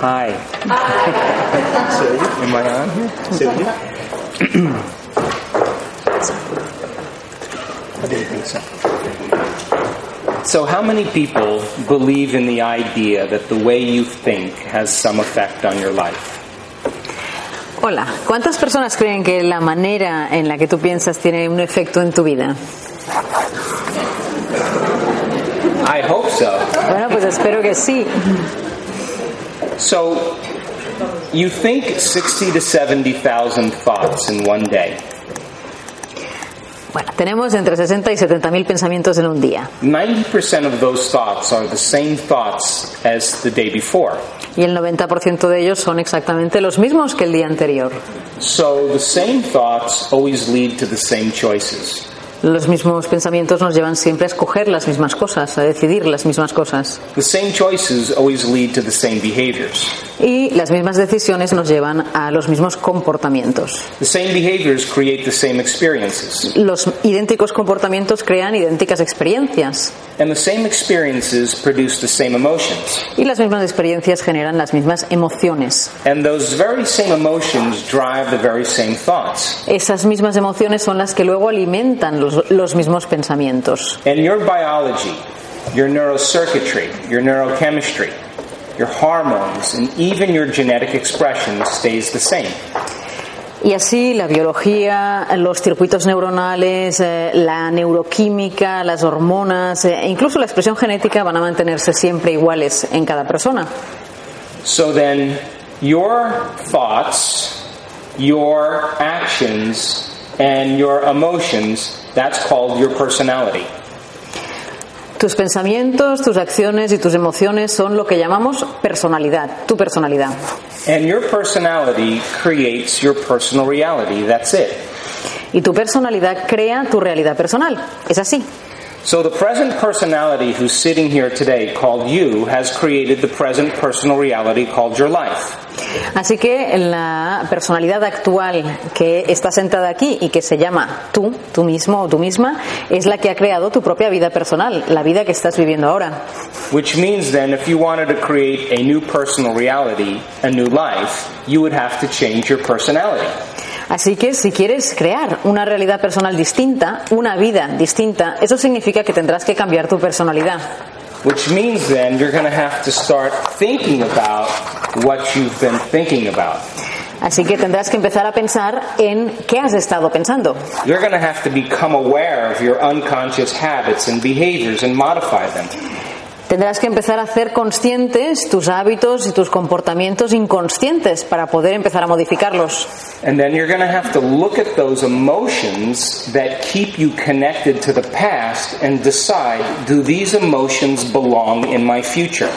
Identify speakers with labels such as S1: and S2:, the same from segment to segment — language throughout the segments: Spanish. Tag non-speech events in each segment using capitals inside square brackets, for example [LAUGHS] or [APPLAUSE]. S1: Hi. Celia, am I on here? Celia? I didn't think so. So, how many people believe in the idea that the way you think has some effect on your life?
S2: Hola, ¿cuántas personas creen que la manera en la que tú piensas tiene un efecto en tu vida?
S1: I hope so.
S2: Bueno, pues espero que sí.
S1: So, you think 60 to 70,000 thoughts in one day.
S2: Bueno, tenemos entre 60 y 70 mil pensamientos en un día.
S1: 90% of those thoughts are the same thoughts as the day before.
S2: Y el 90% de ellos son exactamente los mismos que el día anterior.
S1: So, the same thoughts always lead to the same choices.
S2: Los mismos pensamientos nos llevan siempre a escoger las mismas cosas, a decidir las mismas cosas.
S1: The same choices always lead to the same behaviors.
S2: Y las mismas decisiones nos llevan a los mismos comportamientos.
S1: The same behaviors create the same experiences.
S2: Los idénticos comportamientos crean idénticas experiencias.
S1: And the same experiences produce the same emotions.
S2: Y las mismas experiencias generan las mismas emociones.
S1: And those very same emotions drive the very same thoughts.
S2: Esas mismas emociones son las que luego alimentan los, los mismos pensamientos.
S1: And your biology, your neurocircuitry, your neurochemistry, your hormones, and even your genetic expression stays the same.
S2: Y así la biología, los circuitos neuronales, eh, la neuroquímica, las hormonas eh, e incluso la expresión genética van a mantenerse siempre iguales en cada persona.
S1: So then, your thoughts, your actions, and your emotions, that's called your personality.
S2: Tus pensamientos, tus acciones y tus emociones son lo que llamamos personalidad, tu personalidad.
S1: And your personality creates your personal reality. That's it.
S2: Y tu personalidad crea tu realidad personal. Es así.
S1: So the present personality who's sitting here today called you has created the present personal reality called your life.
S2: Así que la personalidad actual que está sentada aquí y que se llama tú, tú mismo o tú misma, es la que ha creado tu propia vida personal, la vida que estás viviendo ahora.
S1: Which means then if you wanted to create a new personal reality, a new life, you would have to change your personality.
S2: Así que si quieres crear una realidad personal distinta, una vida distinta, eso significa que tendrás que cambiar tu personalidad.
S1: Which means then you're going to have to start thinking about what you've been thinking about.
S2: Así que tendrás que empezar a pensar en qué has estado pensando.
S1: You're going to have to become aware of your unconscious habits and behaviors and modify them.
S2: Tendrás que empezar a hacer conscientes tus hábitos y tus comportamientos inconscientes para poder empezar a modificarlos.
S1: And then you're going to have to look at those emotions that keep you connected to the past and decide do these emotions belong in my future?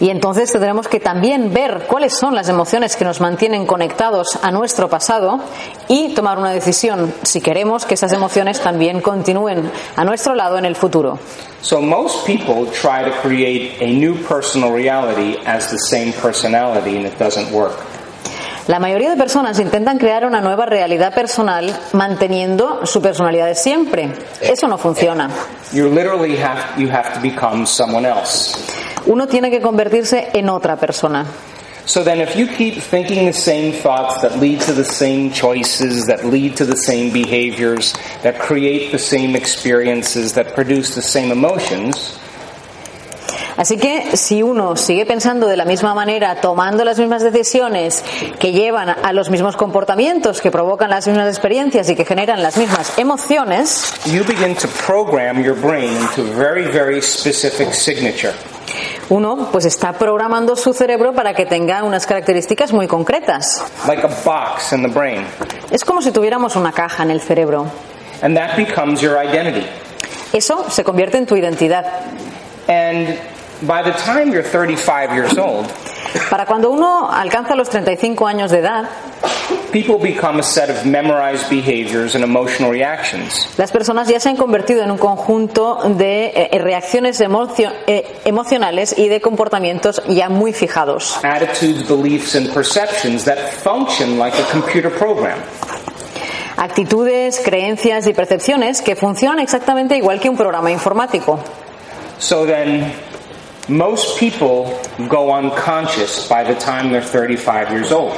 S2: Y entonces tendremos que también ver cuáles son las emociones que nos mantienen conectados a nuestro pasado y tomar una decisión si queremos que esas emociones también continúen a nuestro lado en el futuro.
S1: So most people try to create a new personal reality as the same personality and it doesn't work.
S2: La mayoría de personas intentan crear una nueva realidad personal manteniendo su personalidad de siempre. Eso no funciona.
S1: You literally have you have to become someone else.
S2: Uno tiene que convertirse en otra persona.
S1: So then, if you keep thinking the same thoughts that lead to the same choices, that lead to the same behaviors, that create the same experiences, that produce the same emotions,
S2: Así que si uno sigue pensando de la misma manera, tomando las mismas decisiones que llevan a los mismos comportamientos, que provocan las mismas experiencias y que generan las mismas emociones,
S1: you begin to program your brain into a very, very specific signature.
S2: uno pues está programando su cerebro para que tenga unas características muy concretas.
S1: like a box in the brain.
S2: Es como si tuviéramos una caja en el cerebro.
S1: And that becomes your identity.
S2: Eso se convierte en tu identidad.
S1: And by the time you're 35 years old,
S2: Para cuando uno alcanza los 35 años de edad,
S1: people become a set of memorized behaviors and emotional reactions.
S2: las personas ya se han convertido en un conjunto de eh, reacciones emocio- eh, emocionales y de comportamientos ya muy fijados.
S1: Attitudes, beliefs, and perceptions that function like a computer program.
S2: Actitudes, creencias y percepciones que funcionan exactamente igual que un programa informático.
S1: So then, most people go unconscious by the time they're 35 years old.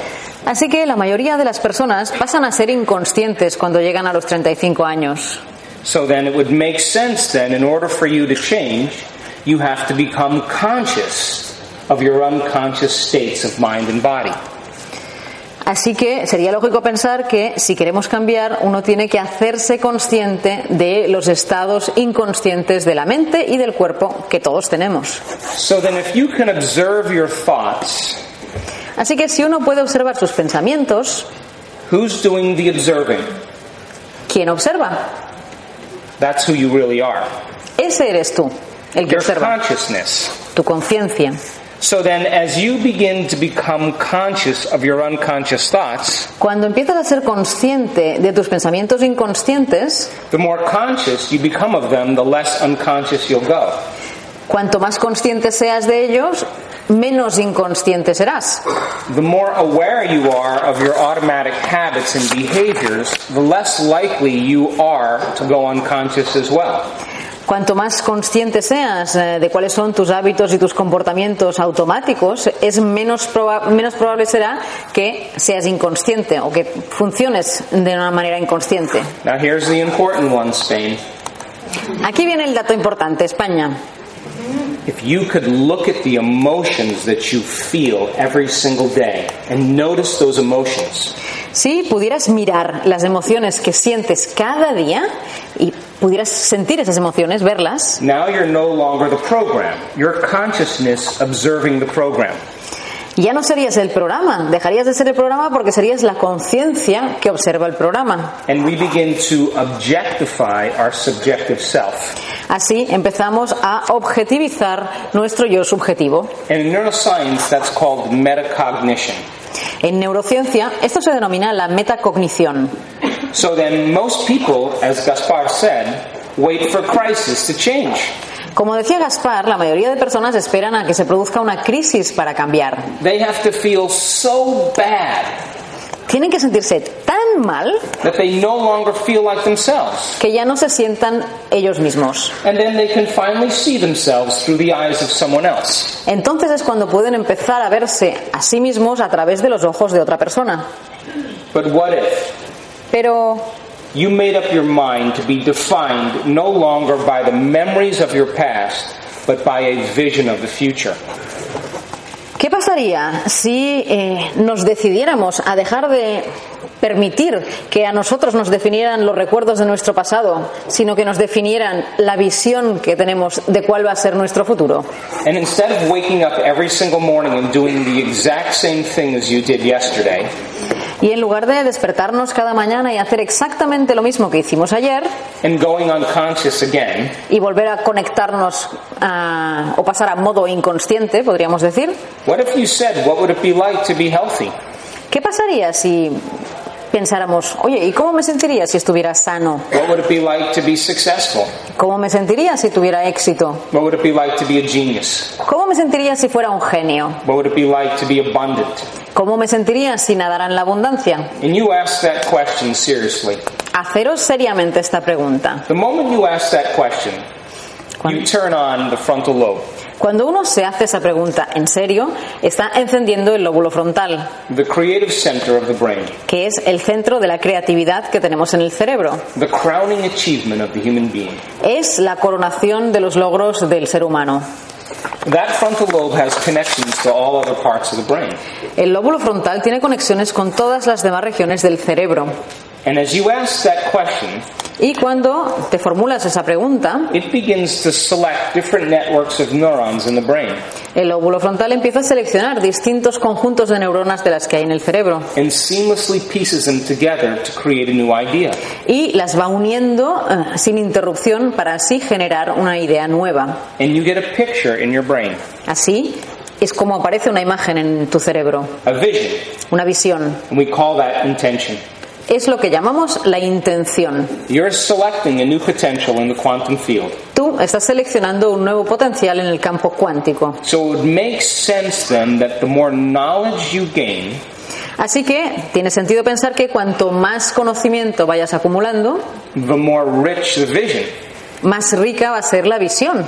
S2: Así que la mayoría de las personas pasan a ser inconscientes cuando llegan a los 35 años.
S1: So then, it would make sense then, in order for you to change, you have to become conscious of your unconscious states of mind and body.
S2: Así que sería lógico pensar que si queremos cambiar, uno tiene que hacerse consciente de los estados inconscientes de la mente y del cuerpo que todos tenemos.
S1: So then, if you can observe your thoughts,
S2: Así que si uno puede observar sus pensamientos,
S1: who's doing the observing?
S2: ¿quién observa?
S1: That's who you really are.
S2: Ese eres tú, el que
S1: Your
S2: observa,
S1: consciousness.
S2: tu conciencia.
S1: So then, as you begin to become conscious of your unconscious thoughts,
S2: Cuando empiezas a ser consciente de tus pensamientos inconscientes,
S1: the more conscious you become of them, the less unconscious you'll go.
S2: cuanto más consciente seas de ellos, menos inconsciente serás.
S1: The more aware you are of your automatic habits and behaviors, the less likely you are to go unconscious as well.
S2: Cuanto más consciente seas eh, de cuáles son tus hábitos y tus comportamientos automáticos, es menos, proba- menos probable será que seas inconsciente o que funciones de una manera inconsciente.
S1: Now, here's the important one, Spain.
S2: Aquí viene el dato importante, España.
S1: If you could look at the emotions that you feel every single day and notice those emotions,
S2: Si pudieras mirar las emociones que sientes cada día y pudieras sentir esas emociones, verlas,
S1: now you're no longer the program. Your consciousness observing the program.
S2: ya no serías el programa, dejarías de ser el programa porque serías la conciencia que observa el programa.
S1: And we begin to objectify our subjective self.
S2: Así empezamos a objetivizar nuestro yo subjetivo.
S1: And in neuroscience, that's called metacognition.
S2: En neurociencia, esto se denomina la metacognición.
S1: So then, most people, as Gaspar said, wait for crisis to change.
S2: Como decía Gaspar, la mayoría de personas esperan a que se produzca una crisis para cambiar.
S1: They have to feel so bad
S2: Tienen que sentirse tan mal
S1: that they no longer feel like themselves.
S2: que ya no se sientan ellos mismos.
S1: and then they can finally see themselves through the eyes of someone else.
S2: Entonces es cuando pueden empezar a verse a sí mismos a través de los ojos de otra persona.
S1: But what if
S2: Pero
S1: you made up your mind to be defined no longer by the memories of your past, but by a vision of the future?
S2: ¿Qué pasaría si eh, nos decidiéramos a dejar de permitir que a nosotros nos definieran los recuerdos de nuestro pasado, sino que nos definieran la visión que tenemos de cuál va a ser nuestro futuro?
S1: And instead of waking up every single morning and doing the exact same thing as you did yesterday,
S2: Y en lugar de despertarnos cada mañana y hacer exactamente lo mismo que hicimos ayer
S1: and going unconscious again,
S2: y volver a conectarnos a- o pasar a modo inconsciente, podríamos decir,
S1: what if you said, What would it be like to be healthy?
S2: ¿qué pasaría si pensáramos, oye, ¿y cómo me sentiría si estuviera sano?
S1: What would it be like to be successful?
S2: ¿Cómo me sentiría si tuviera éxito?
S1: What would it be like to be a genius?
S2: ¿Cómo me sentiría si fuera un genio?
S1: What would it be like to be abundant?
S2: ¿Cómo me sentiría si nadara en la abundancia?
S1: And you ask that question seriously.
S2: Haceros seriamente esta pregunta.
S1: The moment you ask that question,
S2: Cuan-
S1: you turn on the frontal lobe.
S2: Cuando uno se hace esa pregunta en serio, está encendiendo el lóbulo frontal,
S1: the creative center of the brain,
S2: que es el centro de la creatividad que tenemos en el cerebro.
S1: the crowning achievement of the human being.
S2: Es la coronación de los logros del ser humano.
S1: That frontal lobe has connections to all other parts of the brain.
S2: El lóbulo frontal tiene conexiones con todas las demás regiones del cerebro.
S1: And as you ask that question,
S2: Y cuando te formulas esa pregunta,
S1: it begins to select different networks of neurons in the brain
S2: el lóbulo frontal empieza a seleccionar distintos conjuntos de neuronas de las que hay en el cerebro
S1: and seamlessly pieces them together to create a new idea.
S2: y las va uniendo eh, sin interrupción para así generar una idea nueva.
S1: And you get a picture in your brain,
S2: Así es como aparece una imagen en tu cerebro,
S1: a vision,
S2: una visión.
S1: and we call that intention.
S2: Es lo que llamamos la intención.
S1: You're selecting a new potential in the quantum field.
S2: Tú estás seleccionando un nuevo potencial en el campo cuántico.
S1: So it makes sense then that the more knowledge you gain,
S2: Así que tiene sentido pensar que cuanto más conocimiento vayas acumulando,
S1: the more rich the vision.
S2: más rica va a ser la visión.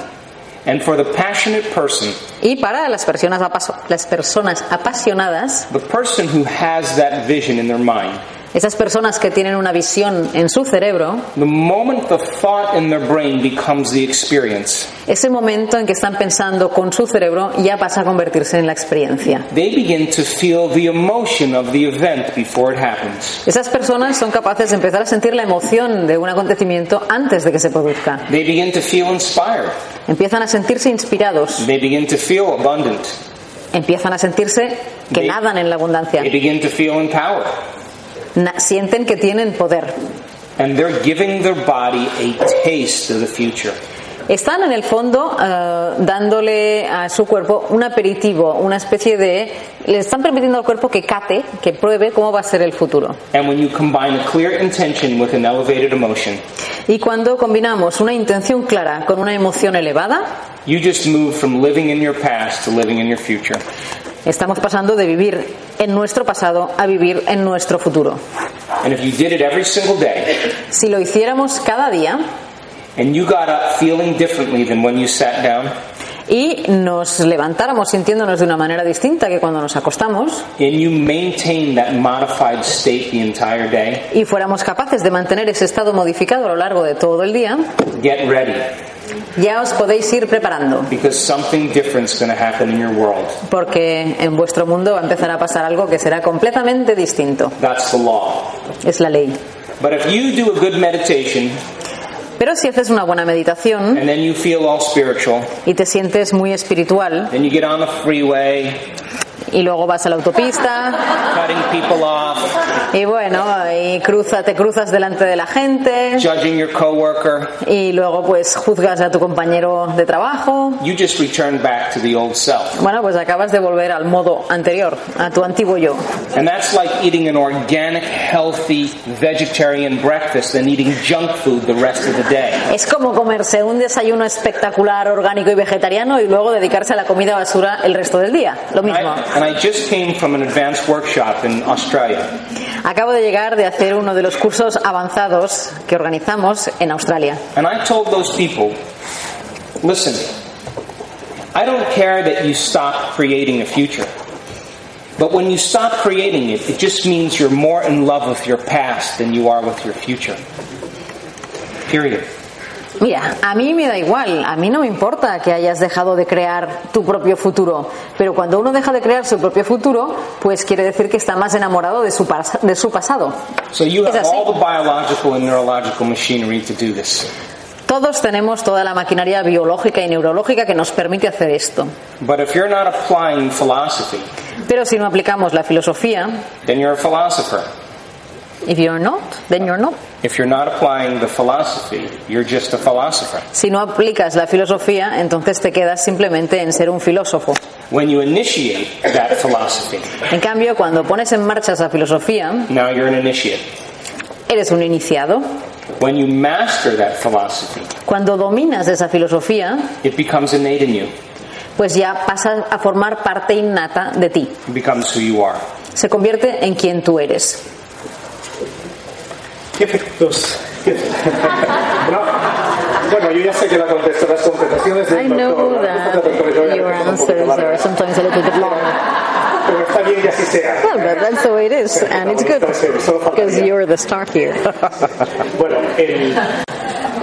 S1: And for the passionate person,
S2: Y para las personas, apaso- las personas apasionadas,
S1: the person who has that vision in their mind,
S2: esas personas que tienen una visión en su cerebro,
S1: the moment the thought in their brain becomes the experience,
S2: ese momento en que están pensando con su cerebro ya pasa a convertirse en la experiencia.
S1: they begin to feel the emotion of the event before it happens.
S2: Esas personas son capaces de empezar a sentir la emoción de un acontecimiento antes de que se produzca.
S1: They begin to feel inspired.
S2: Empiezan a sentirse inspirados,
S1: They begin to feel abundant.
S2: empiezan a sentirse que
S1: They-
S2: nadan en la abundancia,
S1: They begin to feel empowered.
S2: Na- sienten que tienen poder.
S1: And they're giving their body a taste of the future.
S2: Están en el fondo eh, dándole a su cuerpo un aperitivo, una especie de... Le están permitiendo al cuerpo que cate, que pruebe cómo va a ser el futuro.
S1: And when you combine a clear intention with an elevated emotion,
S2: Y cuando combinamos una intención clara con una emoción elevada,
S1: you just move from living in your past to living in your future.
S2: estamos pasando de vivir en nuestro pasado a vivir en nuestro futuro.
S1: And if you did it every single day,
S2: Si lo hiciéramos cada día
S1: and you got up feeling differently than when you sat down,
S2: y nos levantáramos sintiéndonos de una manera distinta que cuando nos acostamos
S1: and you maintain that modified state the entire day,
S2: y fuéramos capaces de mantener ese estado modificado a lo largo de todo el día,
S1: get ready
S2: ya os podéis ir preparando.
S1: because something different's going to happen in your world.
S2: porque en vuestro mundo va a empezar a pasar algo que será completamente distinto.
S1: That's the law.
S2: Es la ley.
S1: But if you do a good meditation
S2: Pero si haces una buena meditación
S1: and then you feel all spiritual,
S2: y te sientes muy espiritual
S1: then you get on the freeway,
S2: y luego vas a la autopista
S1: cutting people off,
S2: y bueno, y cruza, te cruzas delante de la gente
S1: judging your coworker,
S2: y luego pues juzgas a tu compañero de trabajo.
S1: You just return back to the old self.
S2: Bueno, pues acabas de volver al modo anterior, a tu antiguo yo.
S1: And that's like eating an organic, healthy, vegetarian breakfast and eating junk food the rest of the day.
S2: Es como comerse un desayuno espectacular, orgánico y vegetariano y luego dedicarse a la comida basura el resto del día. Lo
S1: I,
S2: mismo.
S1: and I just came from an advanced workshop in Australia.
S2: Acabo de llegar de hacer uno de los cursos avanzados que organizamos en Australia.
S1: And I told those people, listen, I don't care that you stop creating a future. But when you stop creating it, it just means you're more in love with your past than you are with your future. Period.
S2: Mira, a mí me da igual, a mí no me importa que hayas dejado de crear tu propio futuro, pero cuando uno deja de crear su propio futuro, pues quiere decir que está más enamorado de su, pas- de su pasado.
S1: So you
S2: Es
S1: have
S2: así.
S1: all the biological and neurological machinery to do this.
S2: Todos tenemos toda la maquinaria biológica y neurológica que nos permite hacer esto,
S1: But if you're not applying philosophy,
S2: pero si no aplicamos la filosofía,
S1: then you're a philosopher.
S2: if you're not, then you're not.
S1: If you're not applying the philosophy, you're just a philosopher.
S2: Si no aplicas la filosofía, entonces te quedas simplemente en ser un filósofo.
S1: When you initiate that philosophy,
S2: En cambio, cuando pones en marcha esa filosofía,
S1: now you're an initiate.
S2: eres un iniciado.
S1: When you master that philosophy,
S2: Cuando dominas esa filosofía,
S1: it becomes innate in you.
S2: pues ya pasa a formar parte innata de ti.
S1: It becomes who you are.
S2: Se convierte en quien tú eres.
S3: Give it those. Give it. Bravo. Bueno, yo ya sé que la contesto, las contestaciones de
S2: I know that your answers are sometimes a little bit long.
S3: Pero está bien que así sea.
S2: Well, but
S3: [LAUGHS]
S2: that's the way it is, and it's good because you're the star here.
S3: Bueno, el-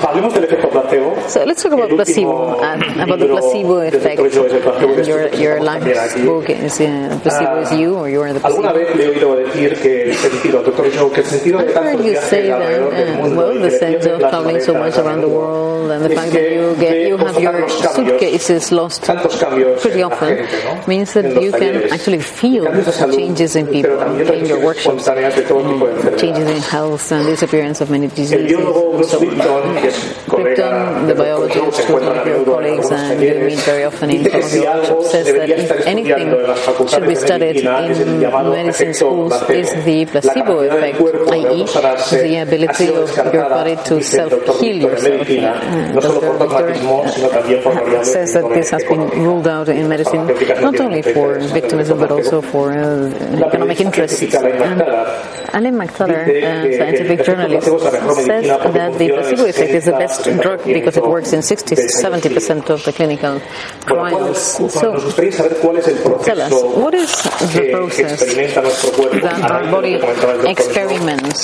S3: hablemos del efecto placebo.
S2: So let's talk about
S3: El último
S2: placebo, um, about the
S3: libro
S2: placebo
S3: de
S2: effect.
S3: Detroit Joyce, el placebo
S2: And
S3: es
S2: your
S3: esto que
S2: your
S3: estamos
S2: life
S3: también aquí. Ah,
S2: book is uh, placebo is you, or you are the
S3: Alguna
S2: placebo.
S3: vez le he oído decir que el sentido, doctor Joe, que el sentido de
S2: I've
S3: tantos
S2: heard you
S3: viajes
S2: say that,
S3: alrededor del
S2: uh,
S3: mundo
S2: well,
S3: y
S2: the
S3: que
S2: sense
S3: pierden
S2: of
S3: las
S2: traveling so
S3: maletas
S2: much around the world and the
S3: es
S2: fact
S3: que
S2: that you get
S3: ve
S2: you have
S3: constatar
S2: your
S3: los cambios,
S2: suitcases lost
S3: tantos cambios en
S2: pretty
S3: la
S2: often
S3: gente, ¿no?
S2: means that
S3: En los
S2: you can
S3: talleres.
S2: actually feel
S3: Cambios de salud,
S2: changes in
S3: pero
S2: people,
S3: también
S2: in your
S3: reacciones
S2: workshops,
S3: espontáneas de todo tipo de enfermedades.
S2: changes in health and disappearance of many
S3: El
S2: diseases.
S3: biólogo
S2: and
S3: Bruce
S2: so on.
S3: Lipton, que es colega
S2: Krypton,
S3: de Dr. Joe, se
S2: the biologist, with
S3: encuentran
S2: one
S3: a
S2: of your
S3: menudo en algunos
S2: colleagues, and you meet
S3: talleres.
S2: very often in
S3: Dice
S2: some
S3: que
S2: of
S3: si
S2: your
S3: algo
S2: workshops, says that
S3: debería
S2: if
S3: estar
S2: anything
S3: estudiando en las
S2: should be
S3: facultades de
S2: studied
S3: medicina es el
S2: in
S3: llamado
S2: medicine
S3: efecto
S2: schools
S3: placebo.
S2: is the placebo
S3: La capacidad del
S2: effect,
S3: cuerpo de
S2: i.e.,
S3: autosanarse
S2: the ability
S3: ha sido
S2: of your
S3: descartada,
S2: body to
S3: dice el Dr.
S2: self-heal
S3: Lipton en
S2: yourself.
S3: medicina,
S2: Uh,
S3: no solo
S2: Dr.
S3: por dogmatismo, sino también por
S2: Victor
S3: variables
S2: uh, says that this has been
S3: económicas.
S2: ruled out in medicine, not only for victimism, but also for uh,
S3: La
S2: economic
S3: periodista
S2: interests.
S3: científica Lynn
S2: And
S3: McTaggart
S2: Alan McTuller,
S3: Dice que
S2: a
S3: el
S2: uh, scientific
S3: efecto
S2: journalist,
S3: placebo es la mejor
S2: says
S3: medicina porque
S2: that the
S3: funciona en
S2: placebo effect is the best
S3: 60,
S2: drug because it works in 60
S3: de esos
S2: 70% of the clinical
S3: Bueno, ¿cuál
S2: trials.
S3: es- nos
S2: So
S3: gustaría saber cuál es el
S2: tell us,
S3: proceso
S2: what is the
S3: que, que
S2: process
S3: experimenta nuestro cuerpo. A
S2: that
S3: raíz
S2: our
S3: de lo
S2: body
S3: que comentaba el doctor
S2: experiments?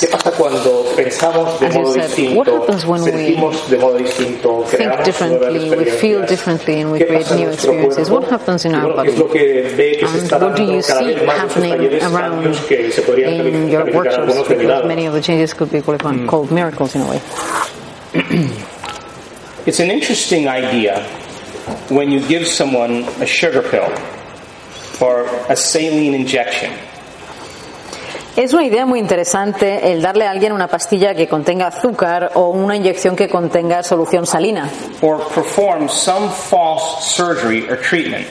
S3: Joe. ¿Qué pasa cuando pensamos de
S2: As you
S3: modo
S2: said,
S3: distinto,
S2: what happens when we
S3: sentimos de modo distinto,
S2: think
S3: creamos nuevas
S2: differently, we feel
S3: experiencias?
S2: differently, and we
S3: ¿Qué
S2: create
S3: pasa en
S2: new
S3: nuestro
S2: experiences?
S3: cuerpo?
S2: What happens in
S3: Y
S2: our
S3: bueno, ¿qué
S2: body?
S3: es lo que ve que se
S2: And
S3: está
S2: um, what do
S3: dando
S2: you
S3: cada
S2: see
S3: vez más en sus
S2: happening
S3: talleres,
S2: around
S3: cambios que se podrían
S2: in
S3: calificar
S2: your
S3: algunos Mm. de
S2: workshops? Because
S3: milagros?
S2: many of the changes could be qualified, called miracles in a way.
S1: It's an interesting idea when you give someone a sugar pill or a saline injection.
S2: Es una idea muy interesante el darle a alguien una pastilla que contenga azúcar o una inyección que contenga solución salina
S1: or perform some false surgery or treatment.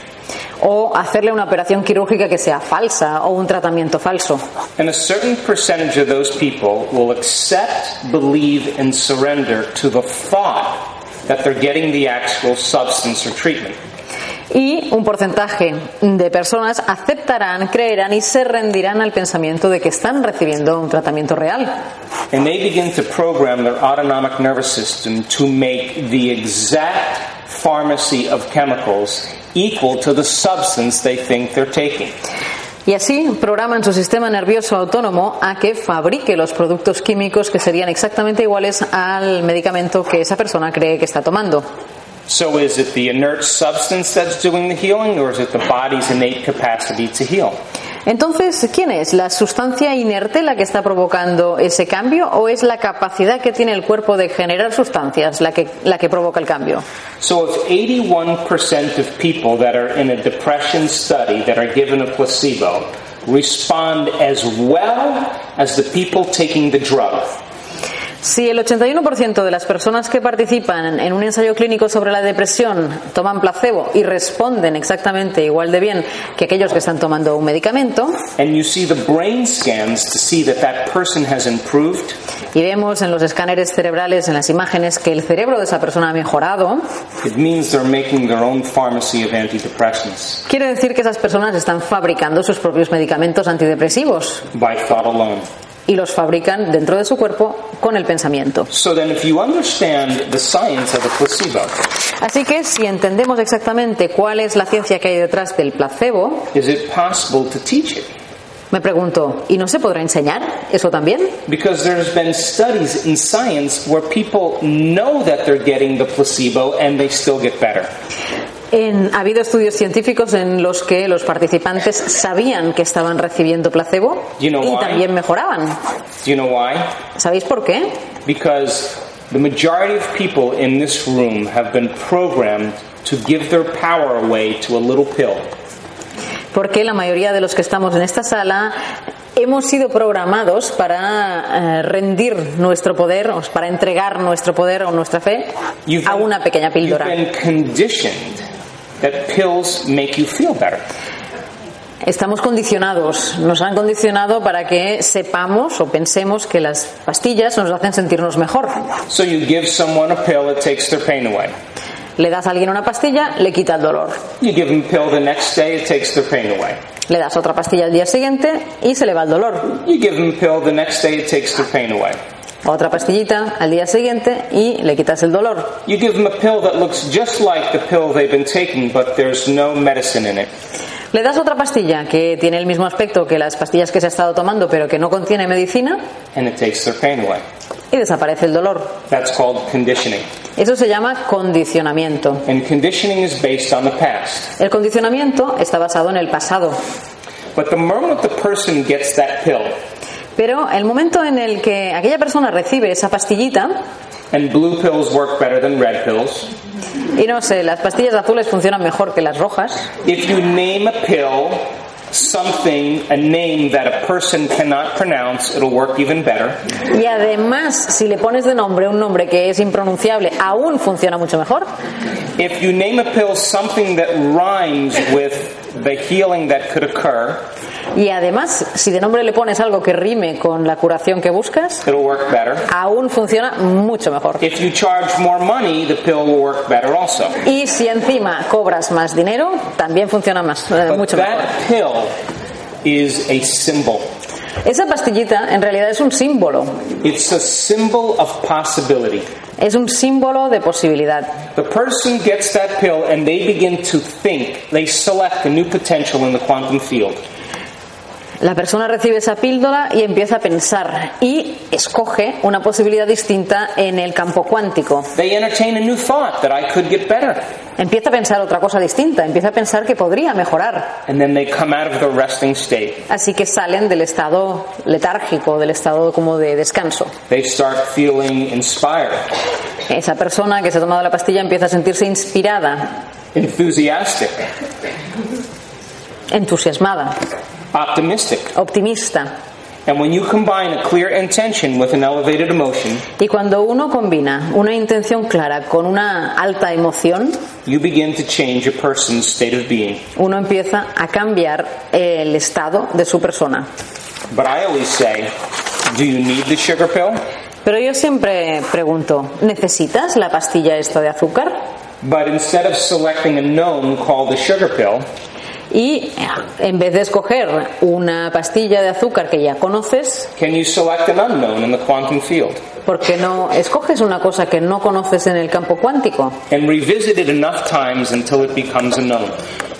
S2: o hacerle una operación quirúrgica que sea falsa o un tratamiento falso.
S1: And a certain percentage of those people will accept, believe, and surrender to the thought that they're getting the actual substance or treatment.
S2: Y un porcentaje de personas aceptarán, creerán y se rendirán al pensamiento de que están recibiendo un tratamiento real.
S1: And they begin to program their autonomic nervous system to make the exact pharmacy of chemicals equal to the substance they think they're taking.
S2: Y así programan su sistema nervioso autónomo a que fabrique los productos químicos que serían exactamente iguales al medicamento que esa persona cree que está tomando.
S1: So is it the inert substance that's doing the healing, or is it the body's innate capacity to heal?
S2: Entonces, ¿quién es? ¿La sustancia inerte la que está provocando ese cambio o es la capacidad que tiene el cuerpo de generar sustancias la que, la que provoca el cambio?
S1: So if 81% of people that are in a depression study that are given a placebo respond as well as the people taking the drug,
S2: Si el 81% de las personas que participan en un ensayo clínico sobre la depresión toman placebo y responden exactamente igual de bien que aquellos que están tomando un medicamento,
S1: and you see the brain scans to see that that person has improved,
S2: y vemos en los escáneres cerebrales, en las imágenes, que el cerebro de esa persona ha mejorado,
S1: it means they're making their own pharmacy of antidepressants
S2: quiere decir que esas personas están fabricando sus propios medicamentos antidepresivos.
S1: by thought alone.
S2: y los fabrican dentro de su cuerpo con el pensamiento.
S1: So then if you understand the science of the placebo,
S2: Así que si entendemos exactamente cuál es la ciencia que hay detrás del placebo,
S1: is it possible to teach it?
S2: me pregunto, ¿y no se podrá enseñar eso también?
S1: Because there's been studies in science where people know that they're getting the placebo and they still get better.
S2: En- ha habido estudios científicos en los que los participantes sabían que estaban recibiendo placebo
S1: You know
S2: y
S1: why?
S2: también mejoraban.
S1: Do you know why?
S2: ¿Sabéis por qué?
S1: Because the majority of people in this room have been programmed to give their power away to a little pill.
S2: Porque la mayoría de los que estamos en esta sala hemos sido programados para eh, rendir nuestro poder, o para entregar nuestro poder o nuestra fe a una pequeña
S1: you've
S2: píldora.
S1: been conditioned that pills make you feel better.
S2: Estamos condicionados, nos han condicionado para que sepamos o pensemos que las pastillas nos hacen sentirnos mejor.
S1: So you give someone a pill, it takes their pain away.
S2: Le das a alguien una pastilla, le quita el dolor.
S1: You give them a pill the next day, it takes their pain away.
S2: Le das otra pastilla al día siguiente y se le va el dolor.
S1: You give them a pill the next day, it takes their pain away.
S2: otra pastillita al día siguiente y le quitas el dolor.
S1: You give them a pill that looks just like the pill they've been taking, but there's no medicine in it.
S2: Le das otra pastilla que tiene el mismo aspecto que las pastillas que se ha estado tomando pero que no contiene medicina
S1: and it takes their pain away.
S2: y desaparece el dolor.
S1: That's called conditioning.
S2: Eso se llama condicionamiento.
S1: And conditioning is based on the past.
S2: El condicionamiento está basado en el pasado,
S1: But the moment the person gets that pill
S2: pero el momento en el que aquella persona recibe esa pastillita,
S1: and blue pills work better than red pills,
S2: y no sé, las pastillas azules funcionan mejor que las rojas,
S1: if you name a pill something, a name that a person cannot pronounce, it'll work even better.
S2: y además si le pones de nombre un nombre que es impronunciable, aún funciona mucho mejor.
S1: If you name a pill something that rhymes with the healing that could occur,
S2: Y además, si de nombre le pones algo que rime con la curación que buscas,
S1: it'll work better.
S2: aún funciona mucho mejor.
S1: If you charge more money, the pill will work better also.
S2: Y si encima cobras más dinero, también funciona más, eh,
S1: But
S2: mucho mejor.
S1: that pill is a symbol.
S2: Esa pastillita en realidad es un símbolo,
S1: It's a symbol of possibility.
S2: es un símbolo de posibilidad.
S1: The person gets that pill and they begin to think. They select a new potential in the quantum field.
S2: La persona recibe esa píldora y empieza a pensar y escoge una posibilidad distinta en el campo cuántico.
S1: They entertain a new thought that I could get better.
S2: Empieza a pensar otra cosa distinta, empieza a pensar que podría mejorar.
S1: And then they come out of the resting state.
S2: Así que salen del estado letárgico, del estado como de descanso.
S1: They start feeling inspired,
S2: Esa persona que se ha tomado la pastilla empieza a sentirse inspirada,
S1: enthusiastic,
S2: entusiasmada,
S1: optimistic.
S2: optimista.
S1: And when you combine a clear intention with an elevated emotion,
S2: Y cuando uno combina una intención clara con una alta emoción,
S1: you begin to change a person's state of being.
S2: uno empieza a cambiar el estado de su persona.
S1: But I always say, do you need the sugar pill?
S2: Pero yo siempre pregunto, ¿necesitas la pastilla esta de azúcar?
S1: But instead of selecting a gnome called the sugar pill,
S2: Y eh, en vez de escoger una pastilla de azúcar que ya conoces,
S1: can you select an unknown in the quantum field?
S2: ¿por qué no escoges una cosa que no conoces en el campo cuántico?
S1: And revisit it enough times until it becomes a known.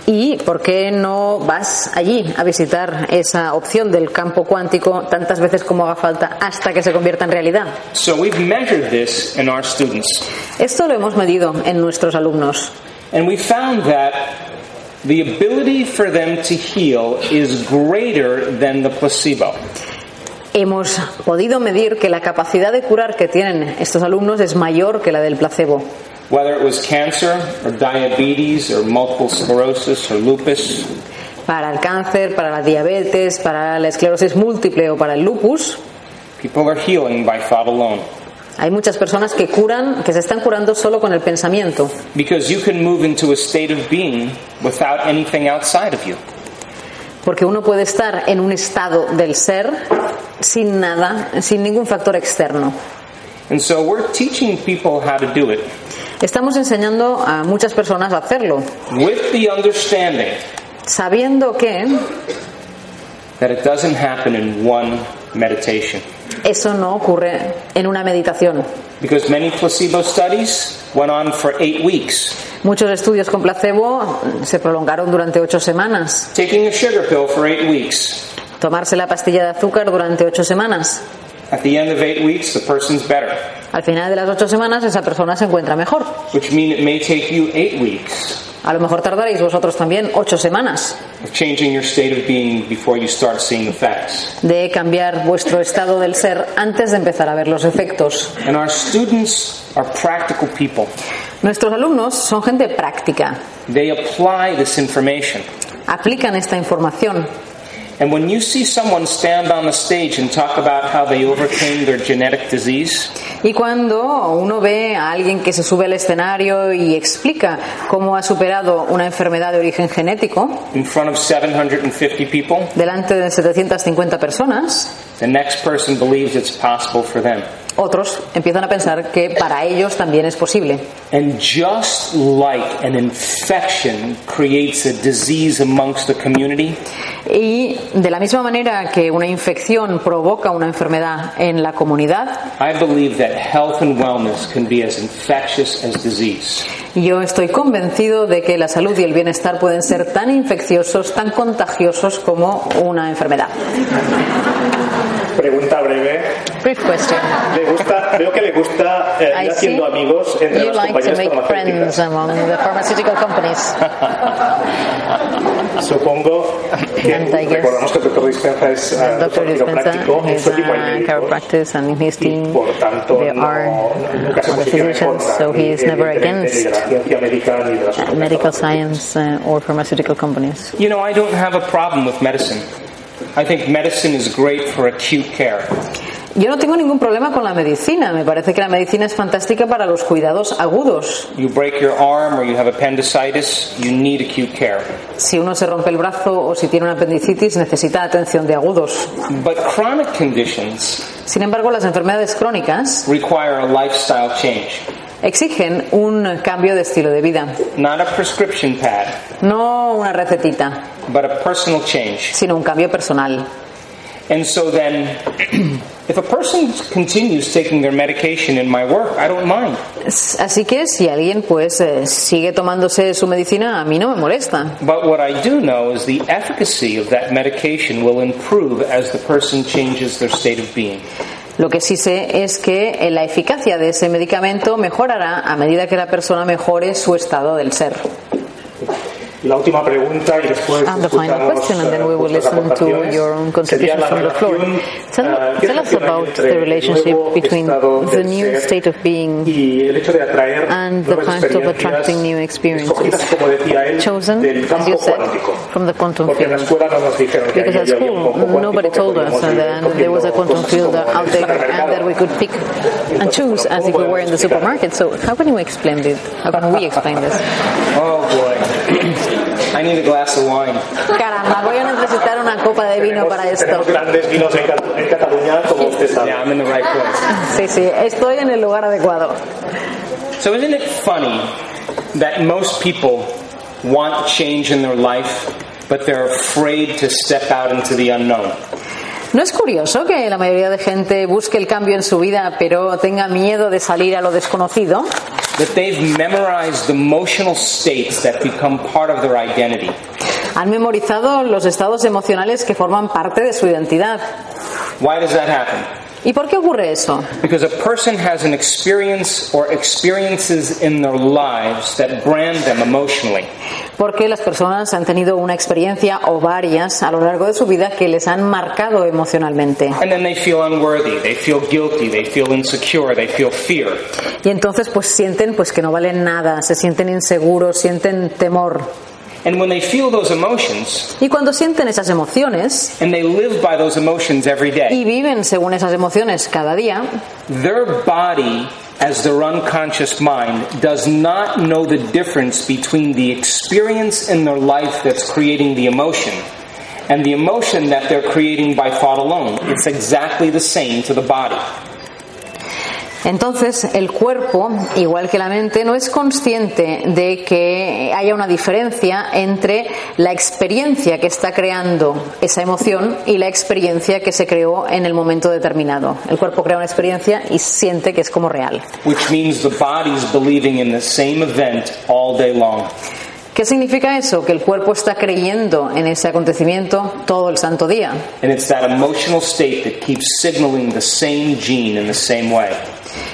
S2: ¿Y por qué no vas allí a visitar esa opción del campo cuántico tantas veces como haga falta hasta que se convierta en realidad?
S1: So we've measured this in our students.
S2: Esto lo hemos medido en nuestros alumnos
S1: And we found that the ability for them to heal is greater than the placebo.
S2: hemos podido medir que la capacidad de curar que tienen estos alumnos es mayor que la del placebo.
S1: Whether it was cancer or diabetes or multiple sclerosis or lupus,
S2: Para el cáncer, para la diabetes, para la esclerosis múltiple o para el lupus,
S1: people are healing by thought alone.
S2: hay muchas personas que curan, que se están curando solo con el pensamiento,
S1: Because you can move into a state of being without anything outside of you.
S2: porque uno puede estar en un estado del ser sin nada, sin ningún factor externo.
S1: And so we're teaching people how to do it
S2: Estamos enseñando a muchas personas a hacerlo,
S1: with the understanding
S2: sabiendo que
S1: that it doesn't happen in one meditation.
S2: eso no ocurre en una meditación.
S1: Because many placebo studies went on for eight weeks.
S2: Muchos estudios con placebo se prolongaron durante ocho semanas.
S1: Taking a sugar pill for eight weeks.
S2: Tomarse la pastilla de azúcar durante ocho semanas.
S1: At the end of eight weeks, the person's better,
S2: Al final de las ocho semanas esa persona se encuentra mejor.
S1: which means it may take you eight weeks
S2: A lo mejor tardaréis vosotros también ocho semanas
S1: of changing your state of being before you start seeing effects.
S2: de cambiar vuestro estado del ser antes de empezar a ver los efectos.
S1: And our students are practical people.
S2: Nuestros alumnos son gente práctica.
S1: They apply this information.
S2: Aplican esta información.
S1: And when you see someone stand on the stage and talk about how they overcame their genetic disease,
S2: Y cuando uno ve a alguien que se sube al escenario y explica cómo ha superado una enfermedad de origen genético,
S1: in front of 750 people,
S2: delante de 750 personas,
S1: the next person believes it's possible for them.
S2: otros empiezan a pensar que para ellos también es posible.
S1: And just like an infection creates a disease amongst the community,
S2: Y de la misma manera que una infección provoca una enfermedad en la comunidad,
S1: I believe that health and wellness can be as infectious as disease.
S2: yo estoy convencido de que la salud y el bienestar pueden ser tan infecciosos, tan contagiosos como una enfermedad.
S3: Pregunta breve.
S2: Brief question.
S3: Le gusta, veo que le gusta eh, ir
S2: I see
S3: haciendo amigos entre
S2: you
S3: las
S2: like to
S3: compañías
S2: make friends
S3: farmacéuticas.
S2: among the pharmaceutical
S3: [LAUGHS]
S2: companies.
S3: Supongo que
S2: And I guess
S3: recordamos que el doctor Dispenza es eh,
S2: Dr.
S3: doctor quiropráctico,
S2: Dispenza is
S3: médico en
S2: a
S3: médicos,
S2: chiropractic and in his
S3: y
S2: team
S3: por tanto
S2: they
S3: no-
S2: are
S3: nunca se
S2: other
S3: posiciona en
S2: physicians,
S3: contra
S2: so he
S3: ni,
S2: is never
S3: evidentemente, ni de la ciencia médica ni de las
S2: uh,
S3: compañías
S2: medical
S3: farmacéuticas.
S2: science uh, or pharmaceutical companies.
S1: You know, I don't have a problem with medicine. I think medicine is great for acute care.
S2: Yo no tengo ningún problema con la medicina. Me parece que la medicina es fantástica para los cuidados agudos.
S1: You break your arm or you have appendicitis, you need acute care.
S2: Si uno se rompe el brazo o si tiene una apendicitis, necesita atención de agudos.
S1: But chronic conditions
S2: Sin embargo, las enfermedades crónicas
S1: require a lifestyle change,
S2: exigen un cambio de estilo de vida.
S1: not a prescription pad,
S2: No una recetita,
S1: but a personal change.
S2: sino un cambio personal.
S1: And so then, [CLEARS THROAT] if a person continues taking their medication in my work, I don't mind.
S2: Así que si alguien pues eh, sigue tomándose su medicina, a mí no me molesta.
S1: But what I do know is the efficacy of that medication will improve as the person changes their state of being.
S2: Lo que sí sé es que eh, la eficacia de ese medicamento mejorará a medida que la persona mejore su estado del ser.
S3: La última pregunta y después
S2: And Ah, the final
S3: escuchamos,
S2: question, and then we will
S3: eh, vuestras
S2: listen to
S3: aportaciones.
S2: your own
S3: Sería
S2: contributions
S3: la
S2: from the floor.
S3: relación,
S2: Tell-
S3: eh, ¿qué
S2: tell us
S3: relación hay
S2: about
S3: entre
S2: the
S3: el
S2: relationship
S3: nuevo
S2: between
S3: estado
S2: the
S3: del
S2: new
S3: ser
S2: state of being
S3: y el hecho de atraer
S2: and the
S3: nuevas
S2: fact of
S3: experiencias
S2: attracting new experiences.
S3: escogidas, como decía él,
S2: Chosen,
S3: del
S2: as
S3: campo
S2: you said,
S3: cuántico.
S2: from the quantum
S3: Porque en la
S2: field.
S3: escuela no nos dijeron que ahí
S2: Because
S3: había
S2: at
S3: un campo
S2: school,
S3: cuántico
S2: nobody
S3: que
S2: told
S3: podíamos
S2: us
S3: ir
S2: that there was a
S3: cogiendo
S2: quantum
S3: cosas
S2: field
S3: como
S2: out
S3: del
S2: there and
S3: supermercado.
S2: that we could pick and choose as if we were in the supermarket. So how can we explain this? How can we explain this?
S1: Oh boy. [CLEARS THROAT] I need a glass of wine.
S2: Caramba, voy a necesitar una copa de vino
S3: Tenemos-
S2: para esto.
S3: Tenemos grandes vinos en, Cat- en Cataluña, como usted sabe.
S1: Yeah, I'm in the right place.
S2: Sí, sí, estoy en el lugar adecuado.
S1: So isn't it funny that most people want change in their life, but they're afraid to step out into the unknown?
S2: ¿No es curioso que la mayoría de gente busque el cambio en su vida, pero tenga miedo de salir a lo desconocido?
S1: That they've memorized the emotional states that become part of their identity.
S2: Han memorizado los estados emocionales que forman parte de su identidad.
S1: Why does that happen?
S2: ¿Y por qué ocurre eso?
S1: Because a person has an experience or experiences in their lives that brand them emotionally.
S2: Porque las personas han tenido una experiencia o varias a lo largo de su vida que les han marcado emocionalmente.
S1: And then they feel unworthy, they feel guilty, they feel insecure, they feel fear.
S2: Y entonces pues sienten pues que no valen nada, se sienten inseguros, sienten temor.
S1: And when they feel those emotions,
S2: Y cuando sienten esas emociones
S1: and they live by those emotions every day,
S2: y viven según esas emociones cada día,
S1: their body, as their unconscious mind, does not know the difference between the experience in their life that's creating the emotion and the emotion that they're creating by thought alone. It's exactly the same to the body.
S2: Entonces, el cuerpo, igual que la mente, no es consciente de que haya una diferencia entre la experiencia que está creando esa emoción y la experiencia que se creó en el momento determinado. El cuerpo crea una experiencia y siente que es como real.
S1: Which means the body's believing in the same event all day long.
S2: ¿Qué significa eso? Que el cuerpo está creyendo en ese acontecimiento todo el santo día.
S1: And it's that emotional state that keeps signaling the same gene in the same way.